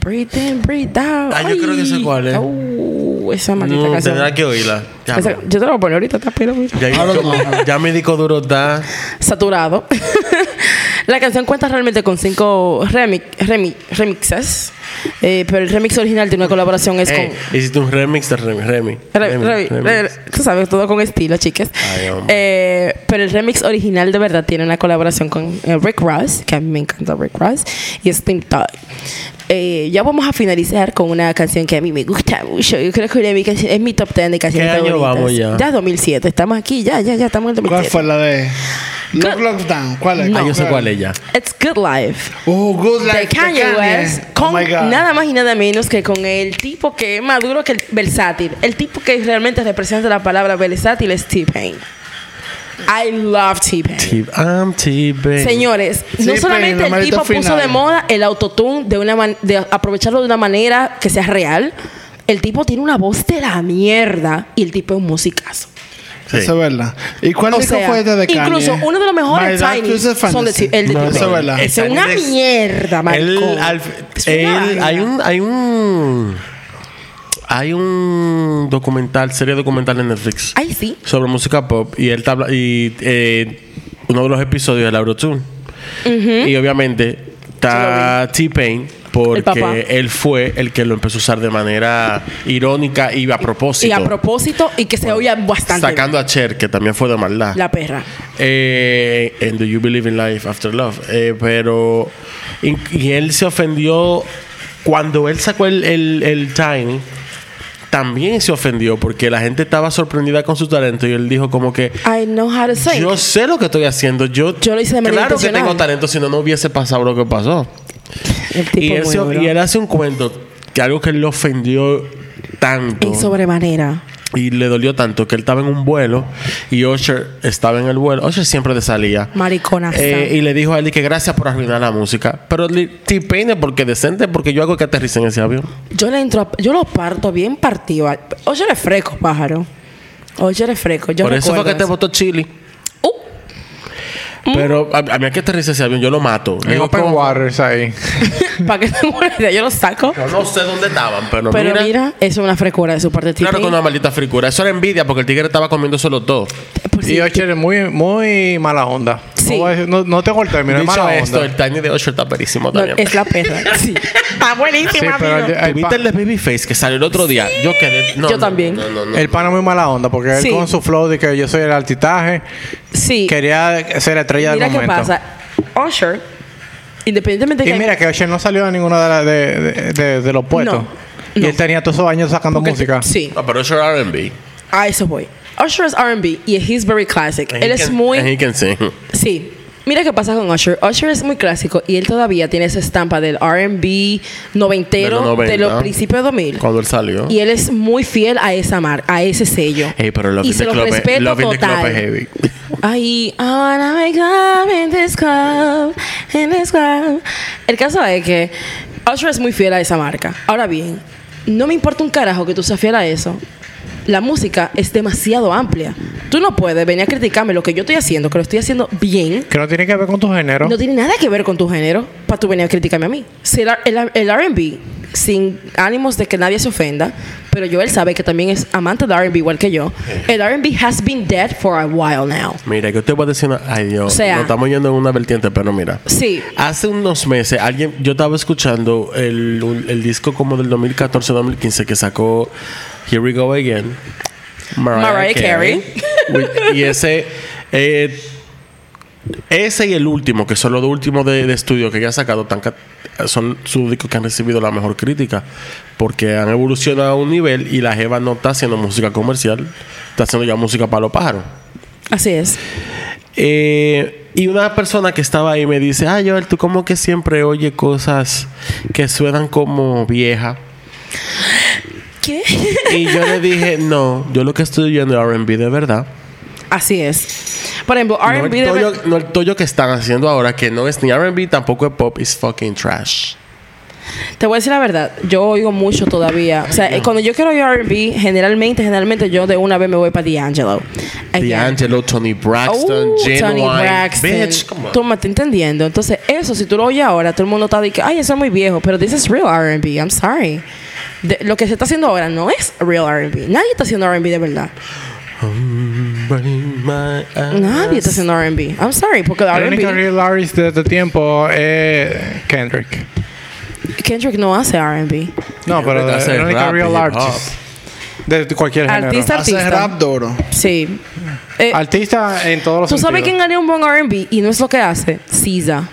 Speaker 2: Breathe In, Breathe Out.
Speaker 4: Ah, yo
Speaker 2: Ay.
Speaker 4: creo que sé cuál es.
Speaker 2: Oh, esa maldita
Speaker 4: No,
Speaker 2: canción.
Speaker 4: Mm, tendrá que oírla. Ya,
Speaker 2: Esa- yo te la voy a poner ahorita, está pero mira.
Speaker 4: ya,
Speaker 3: Ahora
Speaker 4: yo-
Speaker 3: no.
Speaker 4: ya mi disco duro está.
Speaker 2: saturado. la canción cuenta realmente con cinco remix, remi- remixes, eh, pero el remix original de una colaboración es
Speaker 4: Ey, Eh, Hiciste un remix de Remy. Remy.
Speaker 2: con... re-
Speaker 4: Remy,
Speaker 2: re-
Speaker 4: remix.
Speaker 2: re- tú sabes, todo con estilo, chicas.
Speaker 4: Ay, hombre.
Speaker 2: Eh, pero el remix original de verdad tiene una colaboración con eh, Rick Ross, que a mí me encanta Rick Ross, y Sting Todd. Eh, ya vamos a finalizar con una canción que a mí me gusta mucho. Yo creo que una de mis canciones- es mi top 10 de canciones
Speaker 4: ¿Qué año
Speaker 2: favoritas.
Speaker 4: vamos ya?
Speaker 2: Ya 2007, estamos aquí, ya, ya, ya estamos en
Speaker 3: ¿Cuál
Speaker 2: 2007.
Speaker 3: fue la de Lock
Speaker 2: Good-
Speaker 3: Lockdown? ¿Cuál es?
Speaker 2: No.
Speaker 4: Ah, yo sé cuál es ya.
Speaker 2: It's Good Life.
Speaker 3: Oh, Good Life
Speaker 2: de Kanye, West
Speaker 3: Oh
Speaker 2: con
Speaker 3: my God.
Speaker 2: nada más y nada menos que con el tipo que es maduro que el versátil el tipo que realmente representa la palabra versátil es T-Pain I love T-Pain
Speaker 4: T- I'm T-Baby.
Speaker 2: Señores, no
Speaker 3: T-Pain,
Speaker 2: solamente el
Speaker 3: numerito
Speaker 2: tipo puso
Speaker 3: final.
Speaker 2: de moda el autotune de una man- de aprovecharlo de una manera que sea real, el tipo tiene una voz de la mierda y el tipo es un musicazo.
Speaker 4: Sí.
Speaker 3: Eso es verdad. ¿Y cuál
Speaker 2: O
Speaker 3: disco
Speaker 2: sea,
Speaker 3: fue este de Kanye?
Speaker 2: incluso uno de los mejores
Speaker 3: My Dark
Speaker 2: Tiny
Speaker 3: Twisted
Speaker 2: son de
Speaker 3: Fantasy.
Speaker 2: T- el de T-Pain.
Speaker 3: Eso es verdad.
Speaker 2: Es una
Speaker 4: Tiny Desk.
Speaker 2: mierda,
Speaker 4: Él,
Speaker 2: maricón.
Speaker 4: al-
Speaker 2: Es una
Speaker 4: él-
Speaker 2: vaina.
Speaker 4: hay un hay un hay un documental, serie documental en Netflix
Speaker 2: Ay, sí.
Speaker 4: sobre música pop y él está habla- y eh, uno de los episodios de Eurotune. Y obviamente está T-Pain
Speaker 2: papá.
Speaker 4: porque él fue el que lo empezó a usar de manera irónica y a propósito.
Speaker 2: Y a propósito, y que se oía bastante.
Speaker 4: Sacando a Cher, que también fue de maldad.
Speaker 2: bien. la perra.
Speaker 4: Eh, en Do You Believe in Life After Love. Eh, pero. Y, y él se ofendió. Cuando él sacó el, el, el Tiny, también se ofendió porque la gente estaba sorprendida con su talento y él dijo, como que.
Speaker 2: I know how to sing.
Speaker 4: Yo sé lo que estoy haciendo. Yo,
Speaker 2: Yo lo hice de manera
Speaker 4: Claro que
Speaker 2: intencional".
Speaker 4: tengo talento, si no, no hubiese pasado lo que pasó.
Speaker 2: el tipo
Speaker 4: Y él,
Speaker 2: muy
Speaker 4: se-
Speaker 2: duro.
Speaker 4: y él hace un cuento que algo que le ofendió tanto.
Speaker 2: en sobremanera.
Speaker 4: Y le dolió tanto que él estaba en un vuelo y Usher estaba en el vuelo. Usher siempre le salía.
Speaker 2: Mariconaza.
Speaker 4: Eh, y le dijo a Eli que gracias por arruinar la música. Pero T-Pain porque decente, porque yo hago que aterricen ese avión.
Speaker 2: Yo le entro, a- yo lo parto bien partido. Oye, eres fresco, pájaro. Oye, eres fresco. Yo
Speaker 4: por eso fue
Speaker 2: recuerdo
Speaker 4: que te
Speaker 2: eso.
Speaker 4: votó Chile.
Speaker 2: Uh,
Speaker 4: Pero a, a mí hay que aterrice ese avión, yo lo mato. Le
Speaker 5: En
Speaker 4: digo,
Speaker 5: Open
Speaker 4: "Cojo".
Speaker 5: Waters ahí.
Speaker 2: Para Uh, que tenga una idea, yo lo saco.
Speaker 4: Yo no sé dónde estaban, pero,
Speaker 2: Pero mira,
Speaker 4: mira.
Speaker 2: eso es una frescura de su parte.
Speaker 4: Claro que
Speaker 2: Titi.
Speaker 4: una maldita fricura. Eso era envidia porque el tigre estaba comiendo solo dos.
Speaker 2: Por si-
Speaker 5: Y Ocher es muy, muy mala onda.
Speaker 2: Sí.
Speaker 5: No voy a decir- No, no tengo el término, es
Speaker 4: Dicho
Speaker 5: mala
Speaker 4: esto,
Speaker 5: onda.
Speaker 4: el tiny de Usher está perísimo
Speaker 2: no,
Speaker 4: también.
Speaker 2: es la perra. Sí. Está
Speaker 5: Sí,
Speaker 2: buenísima,
Speaker 5: pero
Speaker 2: amigo.
Speaker 5: el, el,
Speaker 4: ¿Tuviste
Speaker 5: pa-
Speaker 4: el de Babyface que salió el otro día? Yo quedé. no,
Speaker 2: Yo
Speaker 4: no,
Speaker 2: también.
Speaker 4: No, no, no.
Speaker 5: el pana es muy mala onda porque él
Speaker 2: Sí.
Speaker 5: con su flow de que yo soy el altitaje,
Speaker 2: Sí.
Speaker 5: quería ser la estrella
Speaker 2: Mira
Speaker 5: del
Speaker 2: qué
Speaker 5: momento.
Speaker 2: pasa. Usher, independientemente de
Speaker 5: Y mira que Usher no salió de ninguno de, la- de, de- de- de los puestos.
Speaker 2: No,
Speaker 5: Y
Speaker 2: no.
Speaker 5: él tenía todos esos años sacando
Speaker 2: Porque-
Speaker 5: música.
Speaker 2: Sí,
Speaker 4: No, pero Usher era RB.
Speaker 2: a eso voy. Usher es RB y he's very classic.
Speaker 4: And
Speaker 2: Él
Speaker 4: he
Speaker 2: es
Speaker 4: can-
Speaker 2: muy.
Speaker 4: and he can sing.
Speaker 2: Sí. Mira qué pasa con Usher. Usher es muy clásico y él todavía tiene esa estampa del RB noventero
Speaker 4: De
Speaker 2: de
Speaker 4: los
Speaker 2: los,
Speaker 4: 90.
Speaker 2: principios de 2000.
Speaker 4: Cuando él salió.
Speaker 2: Y él es muy fiel a esa mar, a ese sello.
Speaker 4: Ey, pero Love
Speaker 2: y
Speaker 4: in the
Speaker 2: se lo
Speaker 4: Club es-
Speaker 2: respeto
Speaker 4: Love in the Club
Speaker 2: total.
Speaker 4: es heavy.
Speaker 2: Ay, I wanna wake up in this club, in this club. El caso es que Usher es muy fiel a esa marca. Ahora bien, no me importa un carajo que tú seas fiel a eso. La música es demasiado amplia. Tú no puedes venir a criticarme lo que yo estoy haciendo, que lo estoy haciendo bien.
Speaker 5: Que no tiene que ver con tu género.
Speaker 2: No tiene nada que ver con tu género para tú venir a criticarme a mí. Si el, el- el RB, sin ánimos de que nadie se ofenda, pero Joel sabe que también es amante del RB igual que yo, el RB has been dead for a while now.
Speaker 4: Mira, que usted va a decir una. Ay, Dios.
Speaker 2: O sea-
Speaker 4: nos estamos yendo en una vertiente, pero mira.
Speaker 2: Sí,
Speaker 4: Hace unos meses, alguien, yo estaba escuchando el, un- el disco como del 2014-2015 que sacó Here We Go Again.
Speaker 2: Mariah Carey.
Speaker 4: With- y ese, eh, ese y el último, que son los dos últimos de, de estudio que ya ha sacado, tan ca- son sus discos que han recibido la mejor crítica. Porque han evolucionado a un nivel y la Jeva no está haciendo música comercial, está haciendo ya música para los pájaros.
Speaker 2: así es.
Speaker 4: Eh, y una persona que estaba ahí me dice, ah, Joel, tú como que siempre oye cosas que suenan como vieja.
Speaker 2: ¿Qué?
Speaker 4: Y yo le dije, no, yo lo que estoy oyendo es RB de verdad.
Speaker 2: Así es. Por ejemplo,
Speaker 4: No el,
Speaker 2: RB de
Speaker 4: toyo,
Speaker 2: ver-
Speaker 4: no el toyo que están haciendo ahora, que no es ni RB, tampoco es pop, es fucking trash.
Speaker 2: Te voy a decir la verdad, yo oigo mucho todavía. O sea, eh, cuando yo quiero oír RB, generalmente, generalmente yo de una vez me voy para D'Angelo. Again.
Speaker 4: D'Angelo, Tony Braxton,
Speaker 2: Oh,
Speaker 4: Genuine.
Speaker 2: Tony Braxton.
Speaker 4: Bitch, come on.
Speaker 2: Tú me estás entendiendo. Entonces, eso, si tú lo oyes ahora, todo el mundo está de que, ay, eso es muy viejo. Pero this is real RB. I'm sorry. De- lo que se está haciendo ahora no es real RB. Nadie está haciendo RB de verdad.
Speaker 4: Burning my eyes.
Speaker 2: Nadie está haciendo RB. I'm sorry, porque el
Speaker 5: El único
Speaker 2: RB.
Speaker 5: real artist de este tiempo es Kendrick.
Speaker 2: Kendrick no hace RB.
Speaker 5: No, pero
Speaker 4: Hace
Speaker 5: el único
Speaker 4: rap y
Speaker 5: real
Speaker 4: hip hop.
Speaker 5: artist de cualquier género.
Speaker 2: Artista,
Speaker 3: Hace
Speaker 2: artista.
Speaker 3: rap duro.
Speaker 2: Sí. Eh,
Speaker 5: Artista en todos los
Speaker 2: ¿Tú sabes quién
Speaker 5: sentidos.
Speaker 2: haría un buen RB y no es lo que hace? SZA.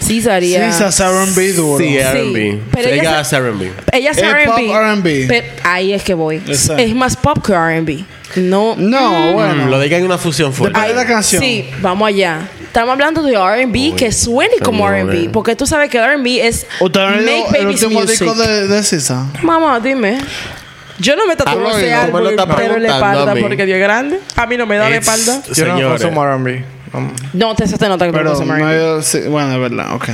Speaker 2: SZA haría.
Speaker 3: Sí, se R&B duro.
Speaker 4: Sí,
Speaker 2: Sí,
Speaker 4: RB.
Speaker 2: pero
Speaker 4: ella
Speaker 2: ella
Speaker 4: hace RB.
Speaker 2: Ella hace
Speaker 3: Es pop
Speaker 2: R&B.
Speaker 3: R&B.
Speaker 2: Pero ahí es que voy.
Speaker 3: Exacto.
Speaker 2: Es más pop que R&B. No.
Speaker 3: No, bueno.
Speaker 4: Lo digan en una fusión fuerte.
Speaker 3: Depende de la canción.
Speaker 2: Mm. Sí, vamos allá. Estamos hablando de R&B que suene como
Speaker 4: señores.
Speaker 2: R&B, porque tú sabes que el R&B es
Speaker 3: ¿Usted ha
Speaker 2: make
Speaker 3: oído el
Speaker 2: babies
Speaker 3: último
Speaker 2: music.
Speaker 3: disco de, de Sisa?
Speaker 2: Mamá, dime. Yo no me tatúo
Speaker 3: Ah,
Speaker 2: ese
Speaker 3: no, tú
Speaker 4: me lo
Speaker 2: árbol,
Speaker 4: estás
Speaker 2: pero la
Speaker 4: preguntando a
Speaker 2: espalda
Speaker 4: mí.
Speaker 2: porque Dios es grande. A mí no me da la
Speaker 4: It's-
Speaker 2: espalda.
Speaker 5: Yo no
Speaker 4: Señores.
Speaker 5: consumo R&B. Um,
Speaker 2: No, te se te nota que tú no
Speaker 3: Pero
Speaker 2: consumes
Speaker 3: no
Speaker 2: R&B.
Speaker 3: había- sí, bueno, es verdad, ok.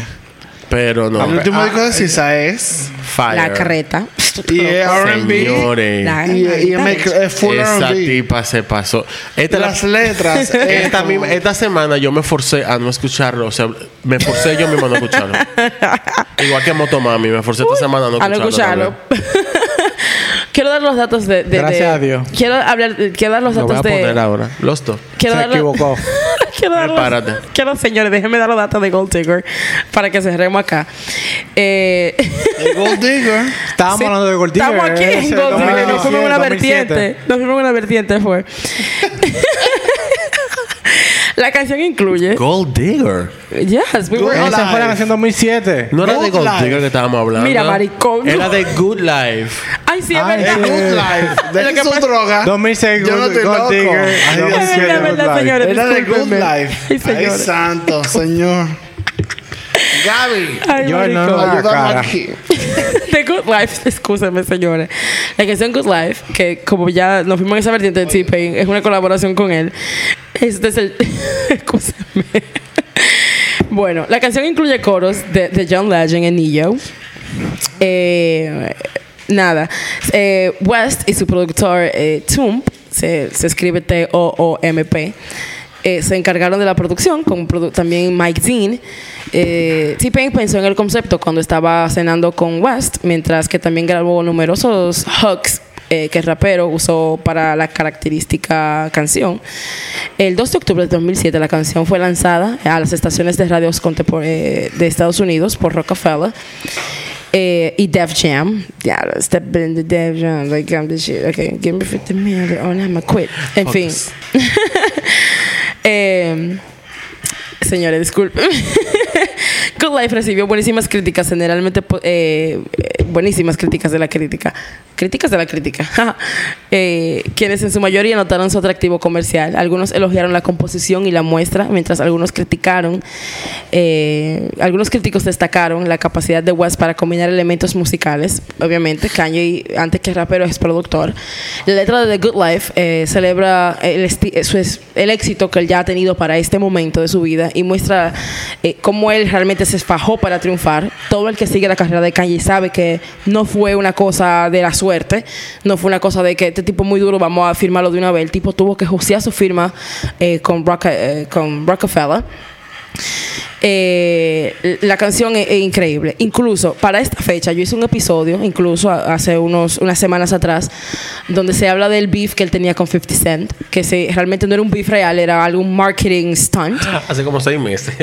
Speaker 4: Pero no.
Speaker 3: El último
Speaker 5: ah,
Speaker 3: disco de Sisa es.
Speaker 4: Fire.
Speaker 2: La carreta.
Speaker 3: Y es RB.
Speaker 4: Señores.
Speaker 2: La-
Speaker 3: Y y es make- es full
Speaker 4: Esa
Speaker 3: RB.
Speaker 4: tipa se pasó. Esta,
Speaker 3: Las
Speaker 4: la-
Speaker 3: letras. es
Speaker 4: esta,
Speaker 3: como-
Speaker 4: misma- esta semana yo me forcé a no escucharlo. O sea, me forcé yo mismo a no escucharlo. Igual que Motomami, me forcé esta semana a no
Speaker 2: a no
Speaker 4: escucharlo.
Speaker 2: escucharlo. quiero dar los datos de, de- de-
Speaker 5: Gracias a Dios.
Speaker 2: Quiero hablar, quiero dar los
Speaker 4: Lo voy
Speaker 2: datos
Speaker 4: a poner
Speaker 2: de.
Speaker 4: ahora. Los dos.
Speaker 2: Quiero
Speaker 5: Se
Speaker 2: dar los-
Speaker 5: equivocó.
Speaker 2: quiero dar los-
Speaker 4: Prepárate.
Speaker 2: Quiero, señores, déjenme dar los datos de Gold Digger para que cerremos acá. Eh,
Speaker 3: El Gold Digger.
Speaker 5: Estábamos
Speaker 2: sí,
Speaker 5: hablando de Gold Digger, eh,
Speaker 2: Estamos aquí
Speaker 5: ese
Speaker 2: en Gold Digger. Nos fuimos en una
Speaker 5: 2007.
Speaker 2: vertiente. Nos fuimos en una vertiente, fue. La canción incluye.
Speaker 4: Gold Digger.
Speaker 2: Yes, we were all
Speaker 3: Gold-
Speaker 5: Esa fue la canción 2007.
Speaker 4: No era
Speaker 3: Good
Speaker 4: de Gold
Speaker 3: Life.
Speaker 4: Digger que estábamos hablando.
Speaker 2: Mira, maricón.
Speaker 4: Era de Good Life.
Speaker 2: Ay, sí, es
Speaker 5: Ay,
Speaker 2: verdad.
Speaker 5: sí.
Speaker 3: El Good Life.
Speaker 2: Lo que
Speaker 3: De
Speaker 2: pasa-
Speaker 3: su droga.
Speaker 5: 2006
Speaker 3: Yo no
Speaker 5: Gold
Speaker 3: estoy
Speaker 5: Gold
Speaker 3: loco.
Speaker 5: Digger.
Speaker 3: Ay, Dios
Speaker 2: mío. Es
Speaker 5: 2007
Speaker 2: verdad,
Speaker 5: Gold Life.
Speaker 2: señores.
Speaker 3: Era de Good
Speaker 2: Discúlpenme.
Speaker 3: Life.
Speaker 2: Ay,
Speaker 3: Ay,
Speaker 2: señores.
Speaker 3: santo, señor. Gaby.
Speaker 2: Ay,
Speaker 5: Yo no,
Speaker 2: marico.
Speaker 5: la
Speaker 3: Ayúdame
Speaker 5: cara.
Speaker 3: aquí.
Speaker 2: The Good Life, escúchame señores. La canción Good Life, que como ya nos fuimos en esa vertiente de T-Pain, es una colaboración con él. Este es el. Escúchame. Bueno, la canción incluye coros de, de John Legend en Neo. Eh, nada. Eh, West y su productor eh, Tomp, se, se escribe T-O-O-M-P, eh, se encargaron de la producción, con produ- también Mike Dean. Eh, T-Pain pensó en el concepto cuando estaba cenando con West, mientras que también grabó numerosos hooks eh, que el rapero usó para la característica canción. El 2 de octubre de 2007 la canción fue lanzada a las estaciones de radios contempor- eh, de Estados Unidos por Rockefeller eh, y Def Jam. Ya, step in the Def Jam, like I'm the shit. Okay, give me 50 million or I'm a quit. En fin. eh, Señores, disculpen. Good Life recibió buenísimas críticas, generalmente po- eh, eh, buenísimas críticas de la crítica. Críticas de la crítica. jaja. Eh, quienes en su mayoría notaron su atractivo comercial. Algunos elogiaron la composición y la muestra, mientras algunos criticaron. eh, algunos críticos destacaron la capacidad de West para combinar elementos musicales. Obviamente, Kanye, antes que rapero, es productor. La letra de The Good Life eh, celebra el, esti- eh, su es- el éxito que él ya ha tenido para este momento de su vida y muestra eh, cómo él realmente se esfajó para triunfar. Todo el que sigue la carrera de Kanye sabe que no fue una cosa de la suerte, no fue una cosa de que este tipo es muy duro, vamos a firmarlo de una vez. El tipo tuvo que justiar su firma eh, con, Rocke- eh, con Rockefeller. Eh, la canción es, es increíble. Incluso para esta fecha, yo hice un episodio, incluso a- hace unos, unas semanas atrás, donde se habla del beef que él tenía con 50 Cent, que se, realmente no era un beef real, era algún marketing stunt.
Speaker 4: Hace como seis meses.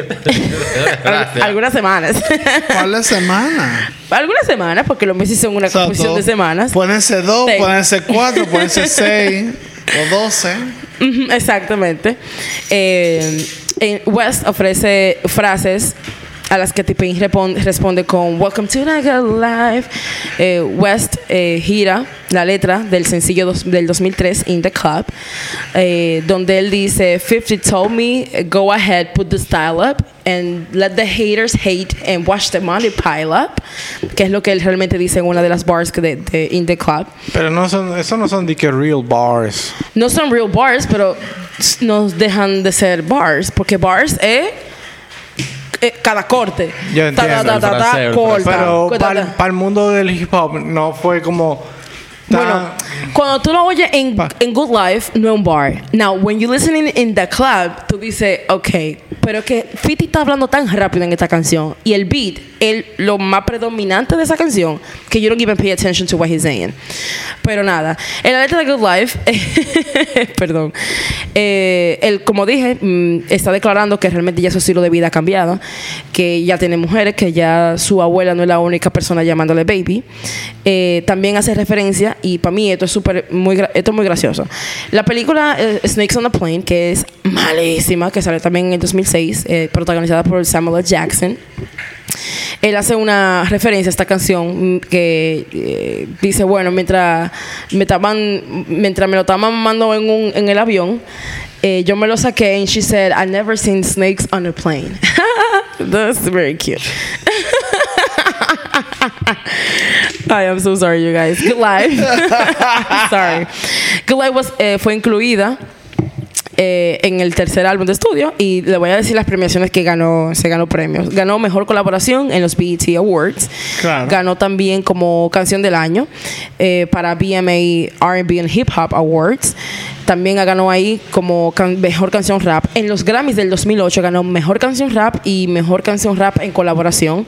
Speaker 2: Al- algunas semanas.
Speaker 3: ¿Cuál es semana?
Speaker 2: algunas semanas, porque los meses son una composición de semanas.
Speaker 3: Pónense dos,
Speaker 2: Sí.
Speaker 3: pónense cuatro, pónense seis o doce.
Speaker 2: Ujú, Exactamente. Eh, en West ofrece frases a las que T-Pain repon- responde con Welcome to the Good Life. Eh, West eh, gira la letra del sencillo dos- del 2003, In the Club, eh, donde él dice, 50 told me, go ahead, put the style up and let the haters hate and watch the money pile up, que es lo que él realmente dice en una de las bars que de, de In the Club.
Speaker 5: Pero no son, eso no son de que real bars.
Speaker 2: No son real bars, pero nos dejan de ser bars, porque bars es eh, cada corte.
Speaker 5: Yo entiendo,
Speaker 4: el fraseo, el
Speaker 2: corta.
Speaker 5: Pero
Speaker 2: corta,
Speaker 5: para
Speaker 2: ta.
Speaker 5: el mundo del hip hop no fue como. tan-
Speaker 2: Bueno, cuando tú lo oyes en,
Speaker 5: Pa.
Speaker 2: en Good Life, no es un bar. Now, when you listening in the club, tú dices, ok, pero que Fiti está hablando tan rápido en esta canción. Y el beat, el, lo más predominante de esa canción, que you don't even pay attention to what he's saying. Pero nada, en la letra de Good Life, perdón, eh, él, como dije, mm, está declarando que realmente ya su estilo de vida ha cambiado, que ya tiene mujeres, que ya su abuela no es la única persona llamándole baby. Eh, también hace referencia, y para mí esto es súper, muy, gra- esto es muy gracioso. La película eh, Snakes on a Plane, que es malísima, que salió también en el 2006, eh, protagonizada por Samuel L. Jackson. Él hace una referencia a esta canción mm, que eh, dice, bueno, mientras me, estaban, mientras me lo estaban mamando en, un, en el avión, eh, yo me lo saqué and she said, I've never seen snakes on a plane. That's very cute. Ay, I'm so sorry, you guys. Good life. sorry. Good life was, eh, fue incluida eh, en el tercer álbum de estudio y le voy a decir las premiaciones que ganó, se ganó premios. Ganó mejor colaboración en los BET Awards.
Speaker 3: Claro.
Speaker 2: Ganó también como canción del año eh, para BMA R&B and Hip Hop Awards. También ganó ahí como can- mejor canción rap. En los Grammys del 2008 ganó mejor canción rap y mejor canción rap en colaboración.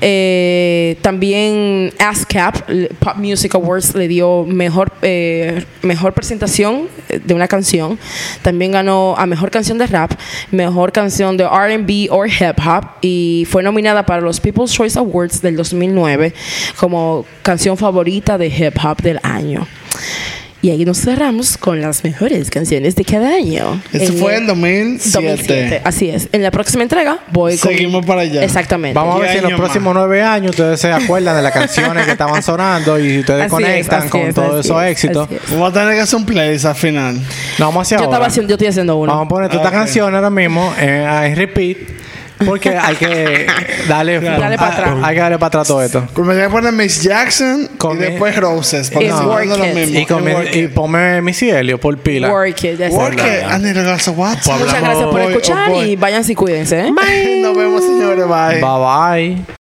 Speaker 2: Eh, también ASCAP, l- Pop Music Awards, le dio mejor, eh, mejor presentación eh, de una canción. También ganó a mejor canción de rap, mejor canción de RB o hip hop y fue nominada para los People's Choice Awards del 2009 como canción favorita de hip hop del año. Y ahí nos cerramos con las mejores canciones de cada año.
Speaker 3: Eso Este fue en
Speaker 2: el
Speaker 3: 2007.
Speaker 2: 2007. Así es. En la próxima entrega voy con-
Speaker 3: Seguimos para allá.
Speaker 2: Exactamente.
Speaker 5: Vamos a ver
Speaker 3: Diez
Speaker 5: si en los
Speaker 3: años más.
Speaker 5: próximos nueve años ustedes se acuerdan de las canciones que estaban sonando y ustedes
Speaker 2: Así es,
Speaker 5: conectan
Speaker 2: así
Speaker 5: con
Speaker 2: es,
Speaker 5: todos
Speaker 2: así
Speaker 5: esos
Speaker 2: es,
Speaker 5: éxitos.
Speaker 2: así es.
Speaker 3: Vamos a tener que hacer un playlist al final.
Speaker 5: No vamos a hacer
Speaker 2: Yo
Speaker 5: ahora.
Speaker 2: estaba haciendo, yo estoy haciendo uno.
Speaker 5: Vamos a poner
Speaker 3: Ah,
Speaker 5: toda esta
Speaker 3: ok.
Speaker 5: canción ahora mismo eh, en repeat. Porque hay que darle,
Speaker 2: Dale pa'
Speaker 5: ah,
Speaker 2: atrás.
Speaker 5: Hay que darle para atrás todo esto.
Speaker 3: Como que poner Miss Jackson
Speaker 5: Con- e-
Speaker 3: y después Roses. Porque
Speaker 2: It's
Speaker 3: no,
Speaker 2: work
Speaker 3: no es lo
Speaker 2: it.
Speaker 3: mismo.
Speaker 5: Y, e- come-
Speaker 3: Work
Speaker 5: y
Speaker 3: it.
Speaker 5: ponme mi cielo por pila.
Speaker 2: Work it, ya está.
Speaker 3: Work it. I need a glass of water.
Speaker 4: Pues
Speaker 2: Muchas
Speaker 4: Hablamos
Speaker 2: gracias por
Speaker 3: hoy,
Speaker 2: escuchar
Speaker 3: oh, boy.
Speaker 2: y váyanse y cuídense. ¿eh?
Speaker 3: Nos vemos, señores. Bye.
Speaker 5: Bye bye.